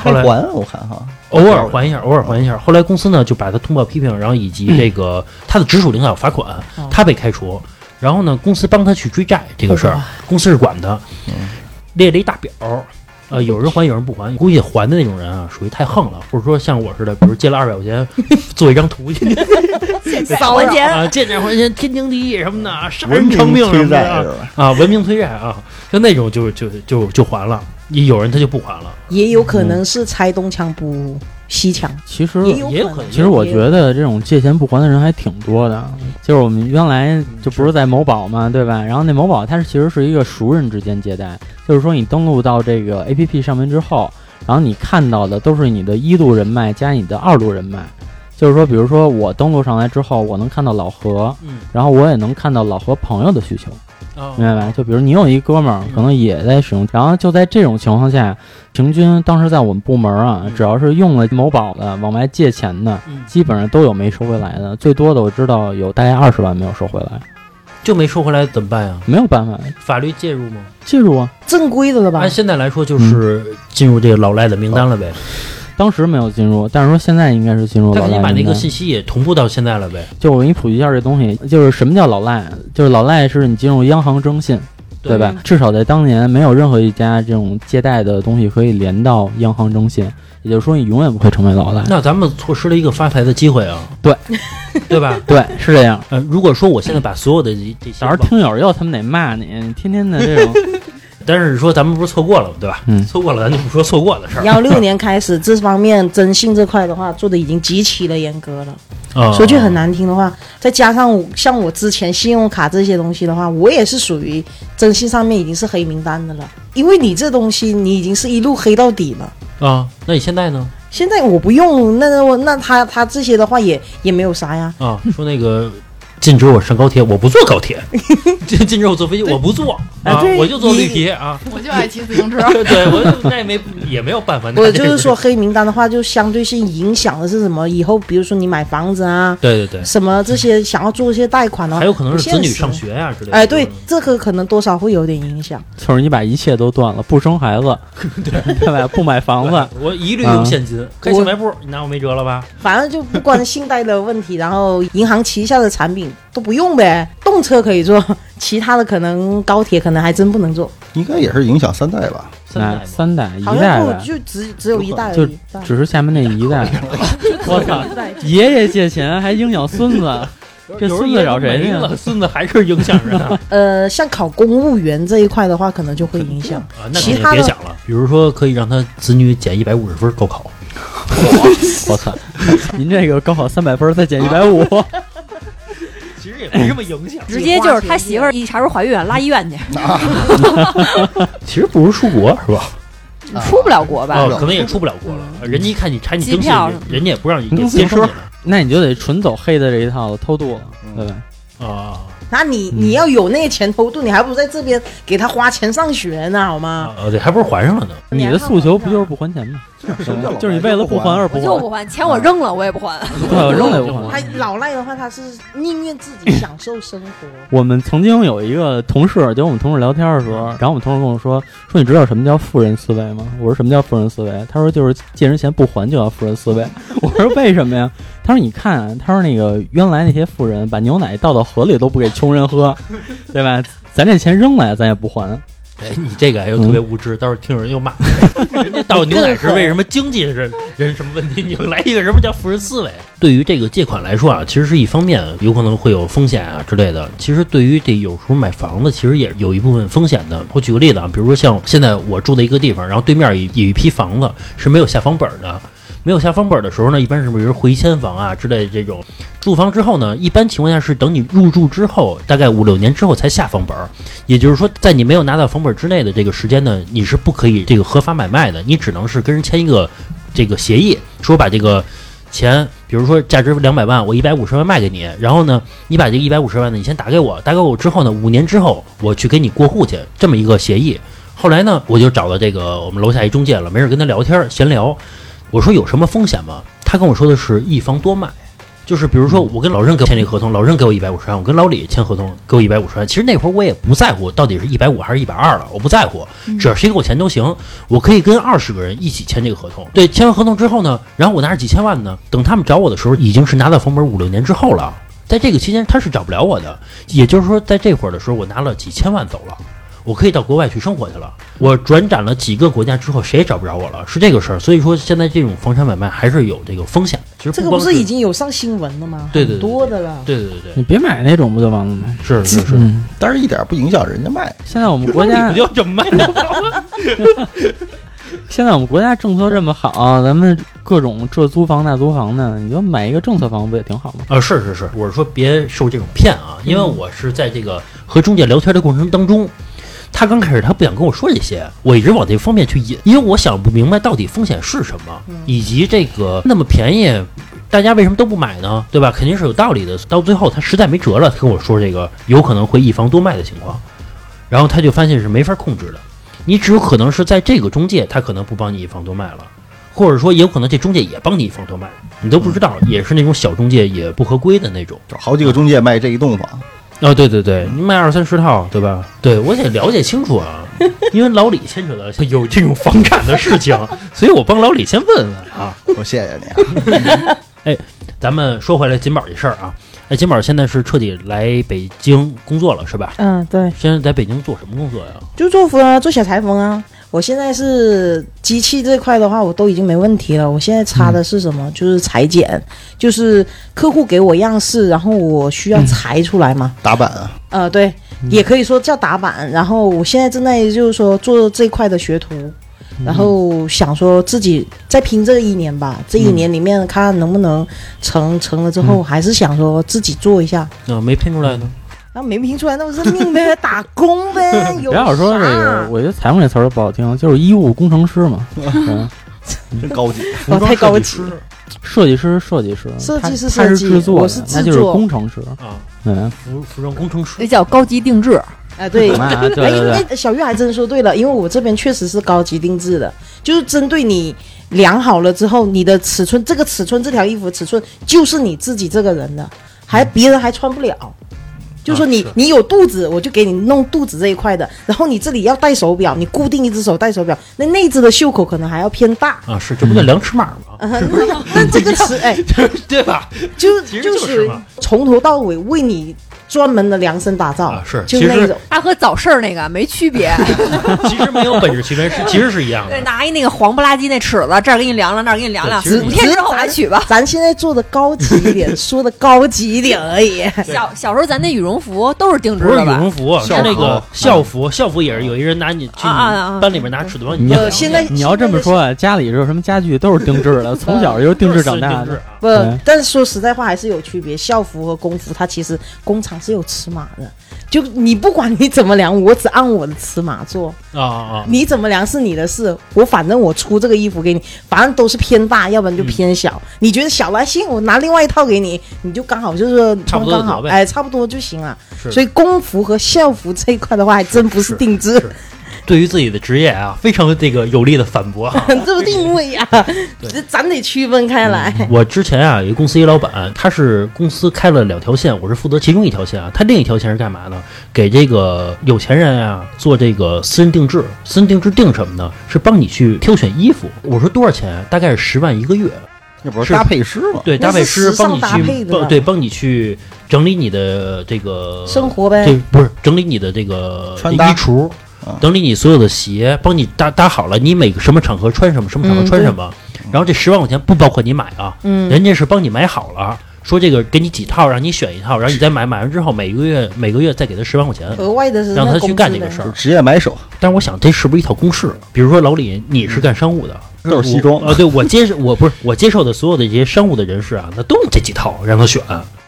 S1: 后来
S2: 还啊我看哈，
S1: 偶尔还一下，偶尔还一下。后来公司呢就把他通报批评，然后以及
S2: 嗯
S1: 这个他的直属领导罚款，
S2: 哦
S1: 他被开除。然后呢，公司帮他去追债这个事儿
S2: 哦
S3: 哇，
S1: 公司是管的，
S2: 嗯
S1: 列了一大表儿。呃，有人还，有人不还。估计还的那种人啊，属于太横了，或者说像我似的，比如借了二百块 钱，做一张图去，
S4: 扫完钱
S1: 啊，借点还钱，天经地义什么的啊，杀
S2: 文
S1: 人偿命什
S2: 推
S1: 么
S2: 债
S1: 的啊
S2: 是吧？
S1: 啊，文明推债啊，就那种就就就就还了。有人他就不还了，
S3: 也有可能是拆东墙补西墙，
S5: 其实
S3: 嗯也有
S1: 也有
S3: 可
S1: 可能
S5: 其实我觉得这种借钱不还的人还挺多的，
S1: 嗯
S5: 就是我们原来就不是在某宝嘛，对吧？然后那某宝它是其实是一个熟人之间借贷，就是说你登录到这个 APP 上面之后，然后你看到的都是你的一路人脉加你的二路人脉，就是说，比如说我登录上来之后，我能看到老何，
S1: 嗯
S5: 然后我也能看到老何朋友的需求，
S1: 啊
S2: 嗯
S5: 明白吧？就比如你有一哥们
S1: 嗯
S5: 儿可能也在使用，然后就在这种情况下，平均当时在我们部门啊
S1: 嗯，
S5: 只要是用了某宝的往外借钱的，
S1: 嗯，
S5: 基本上都有没收回来的，最多的我知道有大概二十万没有收回来，
S1: 就没收回来怎么办呀？
S5: 没有办法
S1: 法律介入吗？
S5: 记住啊，
S3: 正规的了吧
S1: 按？现在来说，就是进入这个老赖的名单了呗。
S5: 当时没有进入，但是说现在应该是进入
S1: 他
S5: 老
S1: 肯定把
S5: 赖
S1: 那
S5: 名
S1: 个
S5: 单。
S1: 信息也同步到现在了呗。
S5: 就我给你普及一下这东西，就是什么叫老赖，就是老赖是你进入央行征信，对吧？至少在当年，没有任何一家这种借贷的东西可以连到央行征信，也就是说你永远不会成为老赖。
S1: 那咱们错失了一个发财的机会啊。
S5: 对，
S1: 对吧？
S5: 对，是这样。
S1: 呃，如果说我现在把所有的这这些
S5: 到时候听友又他们得骂你，你天天的这种
S1: 但是说咱们不是错过了嘛，对吧？
S5: 嗯
S1: 错过了咱就不说错过的事儿。
S3: 幺六年开始，这方面征信这块的话，做的已经极其的严格了。
S5: 哦
S1: 啊
S3: 说句很，难听的话，再加上我像我之前信用卡这些东西的话，我也是属于征信上面已经是黑名单的了，因为你这东西你已经是一路黑到底了。
S1: 啊，那你现在呢？
S3: 现在我不用，那我那他他这些的话也也没有啥呀。
S1: 啊，说那个禁止我上高铁，我不坐高铁； 禁禁止我坐飞机，我不坐啊
S3: 啊，对
S1: 我就坐绿皮 啊。
S6: 我就爱骑自行车。
S1: 对对，我就那也没也没有办法。
S3: 我就是说，黑名单的话，就相对性影响的是什么？以后比如说你买房子啊，
S1: 对对对，
S3: 什么这些想要做一些贷款的话，
S1: 还有可能
S3: 不
S1: 是子
S3: 现
S1: 女
S3: 实
S1: 上。学呀之类的。
S3: 哎，对，这个可能多少会有点影响。
S5: 就是你把一切都断了，不生孩子， 对吧？不买房子，
S1: 我一律用现金，开小卖部，你拿我没辙了吧？
S3: 反正就不光是信贷的问题，然后银行旗下的产品都不用呗，动车可以坐，其他的可能高铁可能还真不能坐，
S2: 应该也是影响三代吧？
S1: 三代
S5: 那
S1: 嘛
S5: 哎三代一
S3: 好
S5: 代
S3: 像不
S5: 的，
S3: 就只只有一代而
S5: 就
S3: 已。对
S5: 只是下面那一代。我操，
S3: 一代
S5: 爷爷借钱还影响孙子，这
S1: 有时候
S5: 孙子找谁
S1: 也
S5: 去啊
S1: 没了？孙子还是影响 人啊！
S3: 呃，像考公务员这一块的话，可能就会影响。
S1: 啊那
S3: 其
S1: 你也
S3: 他
S1: 别
S3: 的
S1: 想了，比如说可以让他子女减一百五十分高考，
S5: 我操， 您这个高考三百分再减一百五，
S1: 其实也没什么影响。
S4: 直接就是他媳妇儿一查出怀孕拉医院去，
S1: 其实不如出国是吧？
S4: 嗯
S2: 啊
S4: 出不了国吧？
S1: 哦，可能也出不了国了。人家一看你查你
S4: 机
S1: 征信
S4: 票什么，
S1: 人家也不让你
S5: 你
S1: 也
S5: 自
S1: 不
S5: 行
S1: 接
S5: 车
S1: 受
S5: 那你就得纯走黑的这一套了，偷渡了，对吧？
S1: 你啊
S3: 那你你要有那个钱偷渡，你还不如在这边给他花钱上学呢，好吗？
S1: 啊！对，还不是还上了呢。
S5: 你的诉求不就是不还钱吗？
S2: 什么叫老
S5: 就是你
S2: 来
S5: 为了不还而
S4: 我
S5: 不
S4: 就
S5: 还，
S4: 不还，钱我扔了我也不 还。
S5: 对，我扔了也不还。
S3: 他老赖的话，他是宁愿自己享受生活。
S5: 我们曾经有一个同事，就我们同事聊天的时候，然后我们同事跟我说：“说你知道什么叫富人思维吗？”我说：“什么叫富人思维？”他说：“就是借人钱不还就叫富人思维。” 我说：“为什么呀？”他说：“你看啊，他说那个原来那些富人把牛奶倒到河里都不给穷人喝， 对吧？咱这钱扔了呀，咱也不还。
S1: 哎，你这个又特别无知，到时候听有人又骂。 人家倒牛奶是为什么经济人人什么问题？你又来一个什么叫富人思维？对于这个借款来说啊，其实是一方面，有可能会有风险啊之类的。其实对于这有时候买房子，其实也有一部分风险的。我举个例子啊，比如说像现在我住的一个地方，然后对面有有一批房子是没有下房本儿的。没有下房本儿的时候呢，一般是比如回迁房啊之类的这种住房之后呢，一般情况下是等你入住之后，大概五六年之后才下房本儿。也就是说，在你没有拿到房本之内的这个时间呢，你是不可以这个合法买卖的，你只能是跟人签一个这个协议，说把这个钱，比如说价值两百万，我一百五十万卖给你，然后呢，你把这一百五十万呢，你先打给我，打给我之后呢，五年之后我去给你过户去，这么一个协议。后来呢，我就找了这个我们楼下一中介了，没事跟他聊天闲聊，我说有什么风险吗？他跟我说的是一房多卖。就是比如说，我跟老任给我签这个合同，老任给我一百五十万，我跟老李签合同给我一百五十万。其实那会儿我也不在乎到底是一百五还是一百二了，我不在乎，
S3: 嗯
S1: 只要谁给我钱都行。我可以跟二十个人一起签这个合同。对，签完合同之后呢，然后我拿着几千万呢，等他们找我的时候，已经是拿到房本五六年之后了。在这个期间，他是找不了我的，也就是说，在这会儿的时候，我拿了几千万走了。我可以到国外去生活去了。我转展了几个国家之后，谁也找不着我了，是这个事儿。所以说，现在这种房产买卖还是有这个风险的。其实
S3: 这个
S1: 光
S3: 不是已经有上新闻了吗？
S1: 对对对
S3: 很多的了。
S1: 对对对
S5: 你
S1: 对，
S5: 别买那种不就完了吗
S1: 嗯是是是，
S5: 嗯，
S2: 但是一点不影响人家卖。
S5: 现在我们 国
S1: 你
S5: 家
S1: 不就这么卖吗？
S5: 现在我们国家政策这么好，咱们各种这租房那租房的，你就买一个政策房不也挺好吗？
S1: 啊，是是是，我是说别受这种骗啊，因为我是在这个和中介聊天的过程当中，他刚开始他不想跟我说这些，我一直往这方面去引，因为我想不明白到底风险是什么，以及这个那么便宜。大家为什么都不买呢？对吧？肯定是有道理的。到最后他实在没辙了，他跟我说这个有可能会一房多卖的情况，然后他就发现是没法控制的。你只有可能是在这个中介，他可能不帮你一房多卖了，或者说也有可能这中介也帮你一房多卖，你都不知道，也是那种小中介也不合规的那种。
S2: 就是好几个中介卖这一栋房，
S1: 哦，对对对，你卖二三十套，对吧？对，我得了解清楚 啊，因为老李牵扯到 有这种房产的事 情，所以我帮老李先问问啊。
S2: 我谢谢你啊。
S1: 咱们说回来金宝这事儿啊，哎，金宝现在是彻底来北京工作了，是吧？
S3: 嗯，对。
S1: 现在在北京做什么工作呀？
S3: 就做服啊，做小裁缝啊。我现在是机器这块的话，我都已经没问题了。我现在差的是什
S1: 嗯
S3: 么？就是裁剪，
S1: 嗯
S3: 就是客户给我样式，然后我需要裁出来嘛。
S2: 打板啊，
S3: 呃，对，
S5: 嗯
S3: 也可以说叫打板。然后我现在正在就是说做这块的学徒，
S5: 嗯
S3: 然后想说自己再拼这一年吧，这一
S5: 嗯
S3: 年里面看能不能成，成了之后还是想说自己做一下。
S1: 啊，没拼出来呢。
S3: 然后没拼出来，那我认命 呗，打工呗，有
S5: 不要说这个
S3: 啥，
S5: 我觉得“裁缝”这词儿不好听，就是医务工程师 嘛，嗯
S2: 真高级。
S3: 我太高级
S1: 服装设计师
S5: 设计师、设计
S3: 设计是
S5: 师，他他
S3: 设
S5: 是
S3: 计
S5: 制作
S3: 我
S5: 的
S3: 是，
S5: 那
S3: 制
S5: 就是
S3: 作
S5: 工程师。
S1: 啊，
S5: 嗯，
S1: 服服装工程师
S4: 这叫高级定制。
S3: 哎，对，
S5: 啊对
S3: 哎，
S5: 对对，
S3: 那小玉还真说对了，因为我这边确实是高级定制的，就是针对你量好了之后，你的尺寸，这个尺寸，这条衣服的尺寸就是你自己这个人的，还别人还穿不了。就说你、
S1: 啊是
S3: 你有肚子，我就给你弄肚子这一块的，然后你这里要戴手表，你固定一只手戴手表，那那只的袖口可能还要偏大。
S1: 啊，是这不叫量尺码吗？
S3: 嗯，那那这个尺，哎，
S1: 对吧？
S3: 就
S1: 其实
S3: 就
S1: 就是
S3: 属于
S1: 嘛
S3: 从头到尾为你专门的量身打造，
S1: 啊是
S3: 就
S1: 其实
S3: 那种。
S4: 它和早市儿那个没区 别，
S1: 其实没有本质，其实是其实是一样
S4: 对，
S1: 的。
S4: 拿一那个黄不拉几那尺子，这儿给你量量，那儿给你量量，
S1: 对其实
S4: 五天之后来取吧。
S3: 咱现在做的高级一点，说的高级一点 而已。
S4: 小小时候咱那羽绒服都是定制
S1: 不是
S4: 的
S1: 羽
S4: 吧？
S1: 绒服，啊是
S2: 校服
S1: 那
S5: 啊
S1: 个校服，校服也是有一人拿你去
S4: 啊啊啊
S1: 你班里面拿尺子往
S5: 你
S1: 你
S5: 要
S1: 量
S3: 呃，现在
S5: 你要这么说，啊，家里这什么家具都是定制的，从小就是定制长大
S1: 都是私人定制
S5: 的。
S1: 啊
S3: 不
S5: 对，
S3: 但是说实在话还是有区别。校服和工服，它其实工厂是有尺码的。就你不管你怎么量，我只按我的尺码做，
S1: 啊啊啊！
S3: 你怎么量是你的事。我反正我出这个衣服给你，反正都是偏大，要不然就偏小。
S1: 嗯
S3: 你觉得小了，行，我拿另外一套给你，你就刚好就是说
S1: 差不
S3: 穿
S1: 多就
S3: 刚好
S1: 得，呗
S3: 哎，差不多就行了。
S1: 是
S3: 所以工服和校服这一块的话，还真不
S1: 是
S3: 是定制，
S1: 是对于自己的职业啊，非常这个有力的反驳 啊。
S3: 这不定位呀、这咱得区分开来。
S1: 我之前啊，有一个公司一老板，他是公司开了两条线，我是负责其中一条线啊。他另一条线是干嘛呢？给这个有钱人啊做这个私人定制。私人定制定什么呢？是帮你去挑选衣服。我说多少钱？大概是十万一个月。
S2: 那不
S1: 是
S2: 是搭配师吗？
S1: 对，
S3: 那
S1: 搭配
S3: 是
S1: 师
S3: 时尚
S1: 帮你
S3: 搭配
S1: 去
S3: 的吧
S1: 帮对帮你去整理你的这个
S3: 生活呗
S1: 对，不是整理你的这个
S2: 穿搭
S1: 衣橱
S2: 啊，
S1: 整理你所有的鞋，帮你搭搭好了，你每个什么场合穿什么，什么场合
S3: 嗯
S1: 穿
S3: 对
S1: 什么。然后这十万块钱不包括你买啊，
S3: 嗯，
S1: 人家是帮你买好了，说这个给你几套，让你选一套，然后你再买，买完之后每个月每个月再给他十万块钱，
S3: 额外的是
S1: 让
S3: 那
S1: 他
S3: 工
S1: 去
S3: 资
S1: 干这个
S3: 呗
S1: 事
S2: 就
S1: 儿
S2: 是。职业买手，
S1: 但是我想这是不是一套公式？比如说老李，你是干商务的，
S2: 都是西装
S1: 我啊，对我接受我不是我接受的所有的这些商务的人士啊，那都是这几套让他选。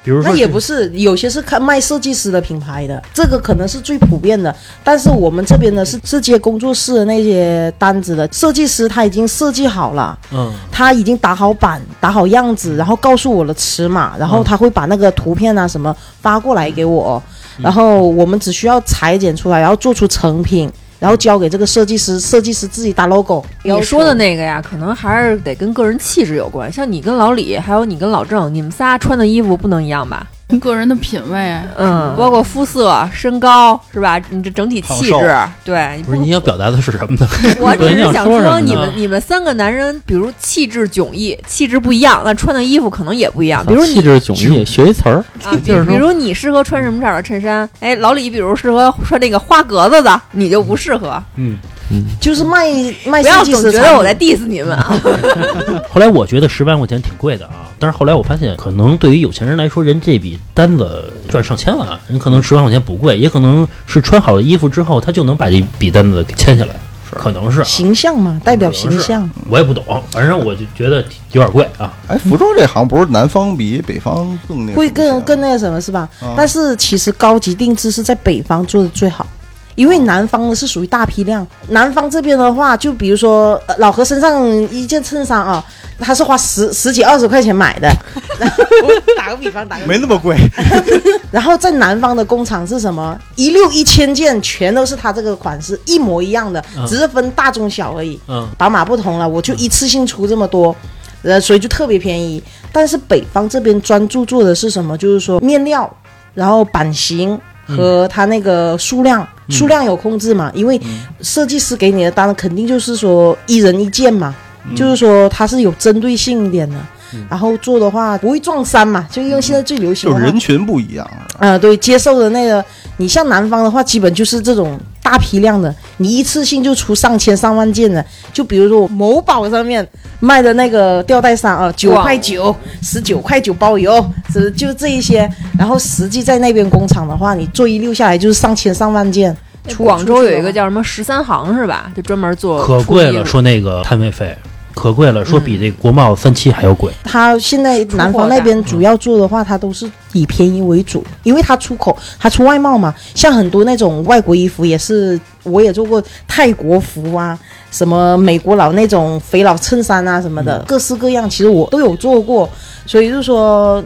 S1: 比如
S3: 那
S1: 说
S3: 也不是，有些是看卖设计师的品牌的，这个可能是最普遍的。但是我们这边呢是是接工作室的那些单子的，设计师他已经设计好了，
S1: 嗯
S3: 他已经打好版、打好样子，然后告诉我了尺码，然后他会把那个图片啊什么发过来给我，然后我们只需要裁剪出来，然后做出成品，然后交给这个设计师，设计师自己打 logo。
S4: 你说的那个呀，可能还是得跟个人气质有关。像你跟老李，还有你跟老郑，你们仨穿的衣服不能一样吧？
S6: 个人的品味，啊
S4: 嗯，包括肤色、身高，是吧？你这整体气
S2: 胖
S4: 质，对，你
S1: 不是你想表达的是什么呢？
S4: 我只
S5: 对
S4: 是
S5: 你想
S4: 想
S5: 说什
S4: 说，
S5: 么
S4: 你
S5: 呢
S4: 们你们三个男人，比如气质迥异，气质不一样，那穿的衣服可能也不一样。比如
S5: 啊气
S4: 你
S5: 质迥异，学一词儿，
S4: 啊，比
S5: 就是
S4: 比
S5: 说
S4: 如你适合穿什么色儿的衬衫？哎，老李，比如适合穿那个花格子的，你就不适合。
S1: 嗯。
S3: 就是卖卖
S4: 不要
S3: 设计
S4: 总
S3: 师的
S4: 觉
S3: 产品，
S4: 得我在 diss 你们啊！
S1: 后来我觉得十万块钱挺贵的啊，但是后来我发现，可能对于有钱人来说，人这笔单子赚上千万，啊人可能十万块钱不贵，也可能是穿好了衣服之后，他就能把这笔单子给签下来，可能是啊。
S3: 形象嘛，代表
S1: 可
S3: 形
S1: 能是啊
S3: 象。
S1: 我也不懂，反正我就觉得有点贵啊。
S2: 哎，服装这行不是南方比北方更那
S3: 会
S2: 什么
S3: 更
S2: 些
S3: 更那个什么是吧？
S2: 啊
S3: 但是其实高级定制是在北方做的最好，因为南方呢是属于大批量。南方这边的话，就比如说、呃老何身上一件衬衫啊，他是花十十几二十块钱买的， 打个比方，打个比方。
S2: 没那么贵，
S3: 然后在南方的工厂是什么？一六一千件全都是他这个款式，一模一样的
S1: 嗯，
S3: 只是分大中小而已。
S1: 嗯，
S3: 宝马不同了，我就一次性出这么多，呃，所以就特别便宜。但是北方这边专注做的是什么？就是说面料，然后版型和它那个数量，数量有控制嘛？因为设计师给你的单肯定就是说一人一件嘛，就是说它是有针对性一点的。然后做的话不会撞衫嘛，就用现在最流行
S2: 就
S3: 的
S2: 是
S3: 话
S2: 人群不一样。
S3: 呃啊、对，接受的那个，你像南方的话，基本就是这种大批量的，你一次性就出上千上万件的。就比如说我某宝上面卖的那个吊带衫啊，九
S4: 哇
S3: 块九、十九块九包邮，是就这一些。然后实际在那边工厂的话，你做一溜下来就是上千上万件。 出
S4: 广州有一个
S3: 叫。
S4: 叫什么十三行是吧？就专门做
S1: 可贵
S4: 出衣
S1: 了，
S4: 服
S1: 说那个摊位费可贵了，说比这个国贸三期还要贵。
S3: 他现在
S4: 出
S3: 南
S4: 货
S3: 方那
S4: 的
S3: 边主要做的话，他都是以便宜为主，因为他出口，他出外贸嘛。像很多那种外国衣服也是，我也做过泰国服啊，什么美国佬那种肥佬衬衫啊什么的，各式各样，其实我都有做过。所以就说。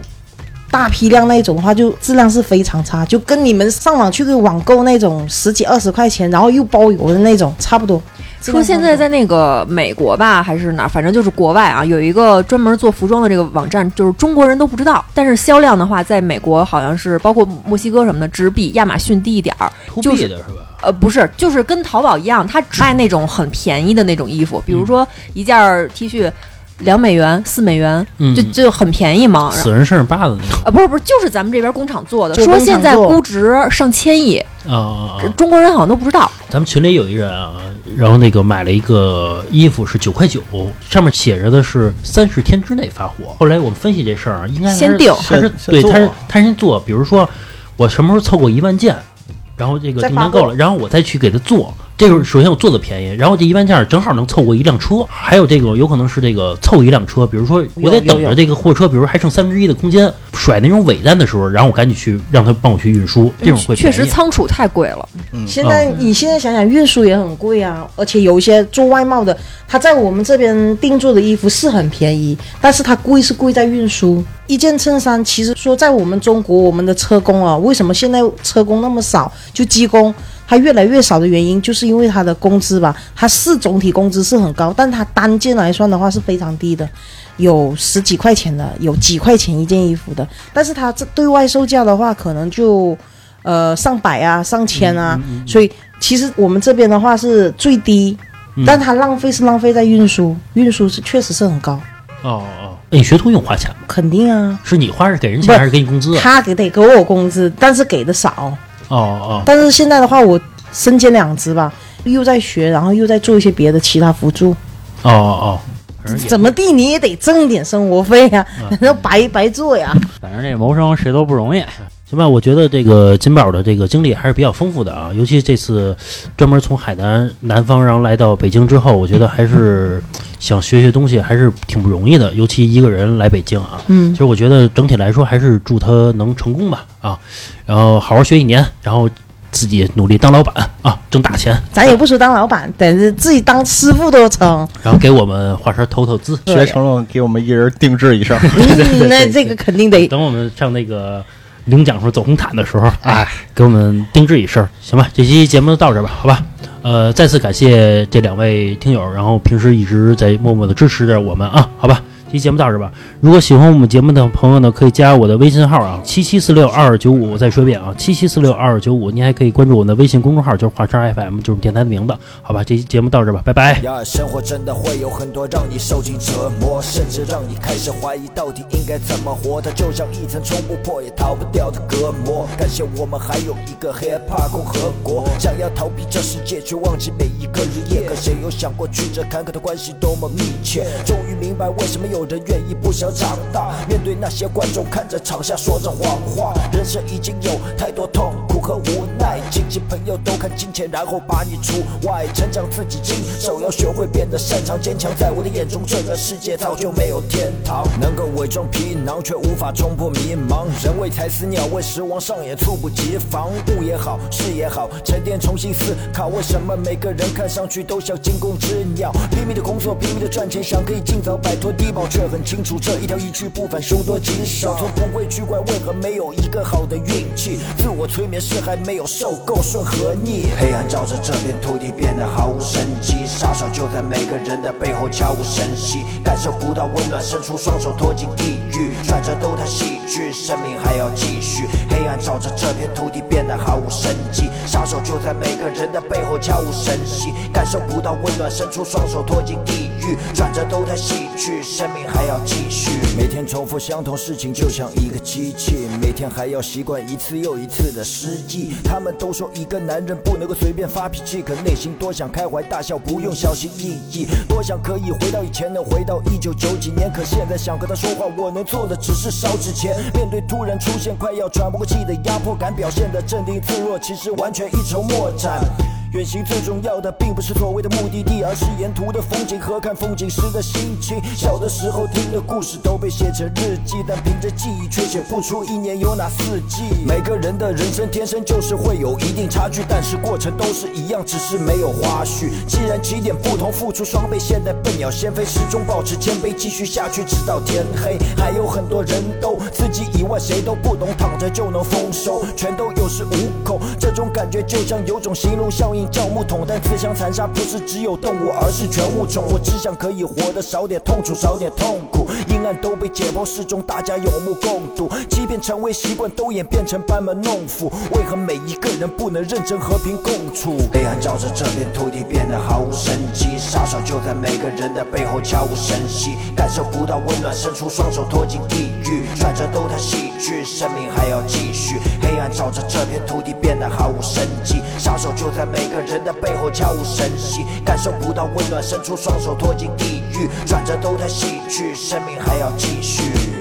S3: 大批量那种的话，就质量是非常差，就跟你们上网去给网购那种十几二十块钱，然后又包邮的那种差不多。质
S4: 说
S3: 量
S4: 现
S3: 差不
S4: 在
S3: 多
S4: 在那个美国吧，还是哪儿，反正就是国外啊，有一个专门做服装的这个网站，就是中国人都不知道，但是销量的话，在美国好像是包括墨西哥什么的，只比亚马逊低一点儿。
S1: to
S4: 就
S1: B
S4: 是
S1: 的是吧？
S4: 呃，不是，就是跟淘宝一样，它只卖那种很便宜的那种衣服，比如说一件儿 T 恤两美元、四美元，
S1: 嗯
S4: 就就很便宜嘛。然后
S1: 死人剩八的那
S4: 啊，不是不是，就是咱们这边工厂做的，
S3: 就
S4: 说
S3: 工厂
S4: 现在
S3: 做
S4: 估值上千亿，
S1: 个啊啊！啊
S4: 中国人好像都不知道。
S1: 咱们群里有一人啊，然后那个买了一个衣服是九块九，上面写着的是三十天之内发货。后来我们分析这事儿啊，应该还是
S4: 先定
S1: 还是
S2: 先
S1: 对，
S2: 先
S1: 他是
S2: 做
S1: 他先做，比如说我什么时候凑够一万件，然后这个
S3: 再
S1: 订
S3: 发
S1: 单够
S3: 货
S1: 了，然后我再去给他做。这个首先我做的便宜，然后这一万件儿正好能凑过一辆车，还有这个有可能是这个凑一辆车，比如说我得
S3: 有有
S1: 等着
S3: 有
S1: 这个货车，比如还剩三分之一的空间，甩那种尾单的时候，然后我赶紧去让他帮我去运输，这种会
S4: 确
S1: 便宜
S4: 实仓储太贵了。
S3: 现在、你现在想想，运输也很贵啊，而且有一些做外贸的，他在我们这边定做的衣服是很便宜，但是它贵是贵在运输。一件衬衫，其实说在我们中国，我们的车工啊，为什么现在车工那么少？就机工，它越来越少的原因，就是因为它的工资吧，它是总体工资是很高，但它单件来算的话是非常低的。有十几块钱的，有几块钱一件衣服的，但是它这对外售价的话，可能就呃上百啊、上千啊，
S1: 嗯
S3: 所以其实我们这边的话是最低，
S1: 嗯
S3: 但它浪费是浪费在运输，运输是确实是很高，
S1: 哦哦，哎你学徒用花钱吗？
S3: 肯定啊。
S1: 是你花是给人
S3: 不
S1: 钱
S3: 是
S1: 还是给你工资啊？
S3: 他给得给我工资，但是给的少。
S1: 哦哦，
S3: 但是现在的话，我身兼两职吧，又在学，然后又在做一些别的其他辅助。
S1: 哦哦，
S3: 怎么地你也得挣点生活费呀、
S1: 啊
S3: 那、白白做呀。
S5: 反正这谋生谁都不容易。
S1: 行吧，我觉得这个金宝的这个经历还是比较丰富的啊，尤其这次专门从海南南方然后来到北京之后，我觉得还是想学学东西还是挺不容易的，尤其一个人来北京啊。
S3: 嗯
S1: 其，实我觉得整体来说还是祝他能成功吧啊，然后好好学一年，然后自己努力当老板啊，挣大钱，
S3: 咱也不说当老板，但是自己当师傅都成。
S1: 然后给我们华山投投资。
S2: 学成了，给我们一人定制一身。
S3: 嗯，那这个肯定得
S1: 等我们上那个领奖时候走红毯的时候，哎，给我们定制一身儿，行吧？这期节目就到这儿吧，好吧？呃，再次感谢这两位听友，然后平时一直在默默的支持着我们啊，好吧？这期节目到这儿吧。如果喜欢我们节目的朋友呢，可以加我的微信号啊，七七四六二二九五。我再说一遍啊，七七四六二二九五。您还可以关注我们的微信公众号，就是华山 FM，就是电台的名字，好吧？这期节目到这儿吧，拜拜。
S7: 呀，生活真的会有很多让你受尽折磨，甚至让你开始怀疑到底应该怎么活。它就像一层冲不破也逃不掉的隔膜。感谢我们还有一个 hiphop 共和国，想要逃避这世界，却忘记每一个日夜。可谁有想过曲折坎坷的关系多么密切？终于明白为什么有人愿意不想长大，面对那些观众看着场下说着谎话。人生已经有太多痛苦和无奈，亲戚朋友都看金钱，然后把你除外。成长自己经手，要学会变得擅长坚强。在我的眼中，这个世界早就没有天堂。能够伪装皮囊，却无法冲破迷茫。人为财死，鸟为食亡，上也猝不及防。物也好，事也好，沉淀重新思考，为什么每个人看上去都像惊弓之鸟？拼命的工作，拼命的赚钱，想可以尽早摆脱低保，却很清楚这一条一去不返，凶多吉少。从不会去怪为何没有一个好的运气，自我催眠是还没有受够顺和逆。黑暗照着这片土地变得毫无生机，杀手就在每个人的背后悄无声息，感受不到温暖，伸出双手托进地狱，转折都太戏剧，生命还要继续。黑暗照着这片土地变得毫无生机，杀手就在每个人的背后悄无声息，感受不到温暖，伸出双手托进地狱。遇，站着都太戏剧，生命还要继续。每天重复相同事情，就像一个机器，每天还要习惯一次又一次的失忆。他们都说一个男人不能够随便发脾气，可内心多想开怀大笑，不用小心翼翼。多想可以回到以前，能回到一九九几年，可现在想和他说话，我能做的只是烧纸钱。面对突然出现快要喘不过气的压迫感，表现的镇定自若，其实完全一筹莫展。远行最重要的并不是所谓的目的地，而是沿途的风景和看风景时的心情。小的时候听的故事都被写成日记，但凭着记忆却写不出一年有哪四季。每个人的人生天生就是会有一定差距，但是过程都是一样，只是没有花絮。既然起点不同，付出双倍，现在笨鸟先飞，始终保持谦卑，继续下去直到天黑。还有很多人都自己以外谁都不懂，躺着就能丰收，全都有恃无恐。这种感觉就像有种形容效应叫木桶，但自相残杀不是只有动物，而是全物种。我只想可以活得少点痛楚，少点痛苦，阴暗都被解剖室中大家有目共睹。即便成为习惯，都演变成班门弄斧。为何每一个人不能认真和平共处？黑暗照着这片土地变得毫无生机，杀手就在每个人的背后悄无声息，感受不到温暖，伸出双手托进地狱，转折都太戏剧，生命还要继续。黑暗照着这片土地变得毫无生机，杀手就在每个人的背后悄无声息，感受不到温暖，伸出双手托进地狱，转折都太戏剧，生命还要继续。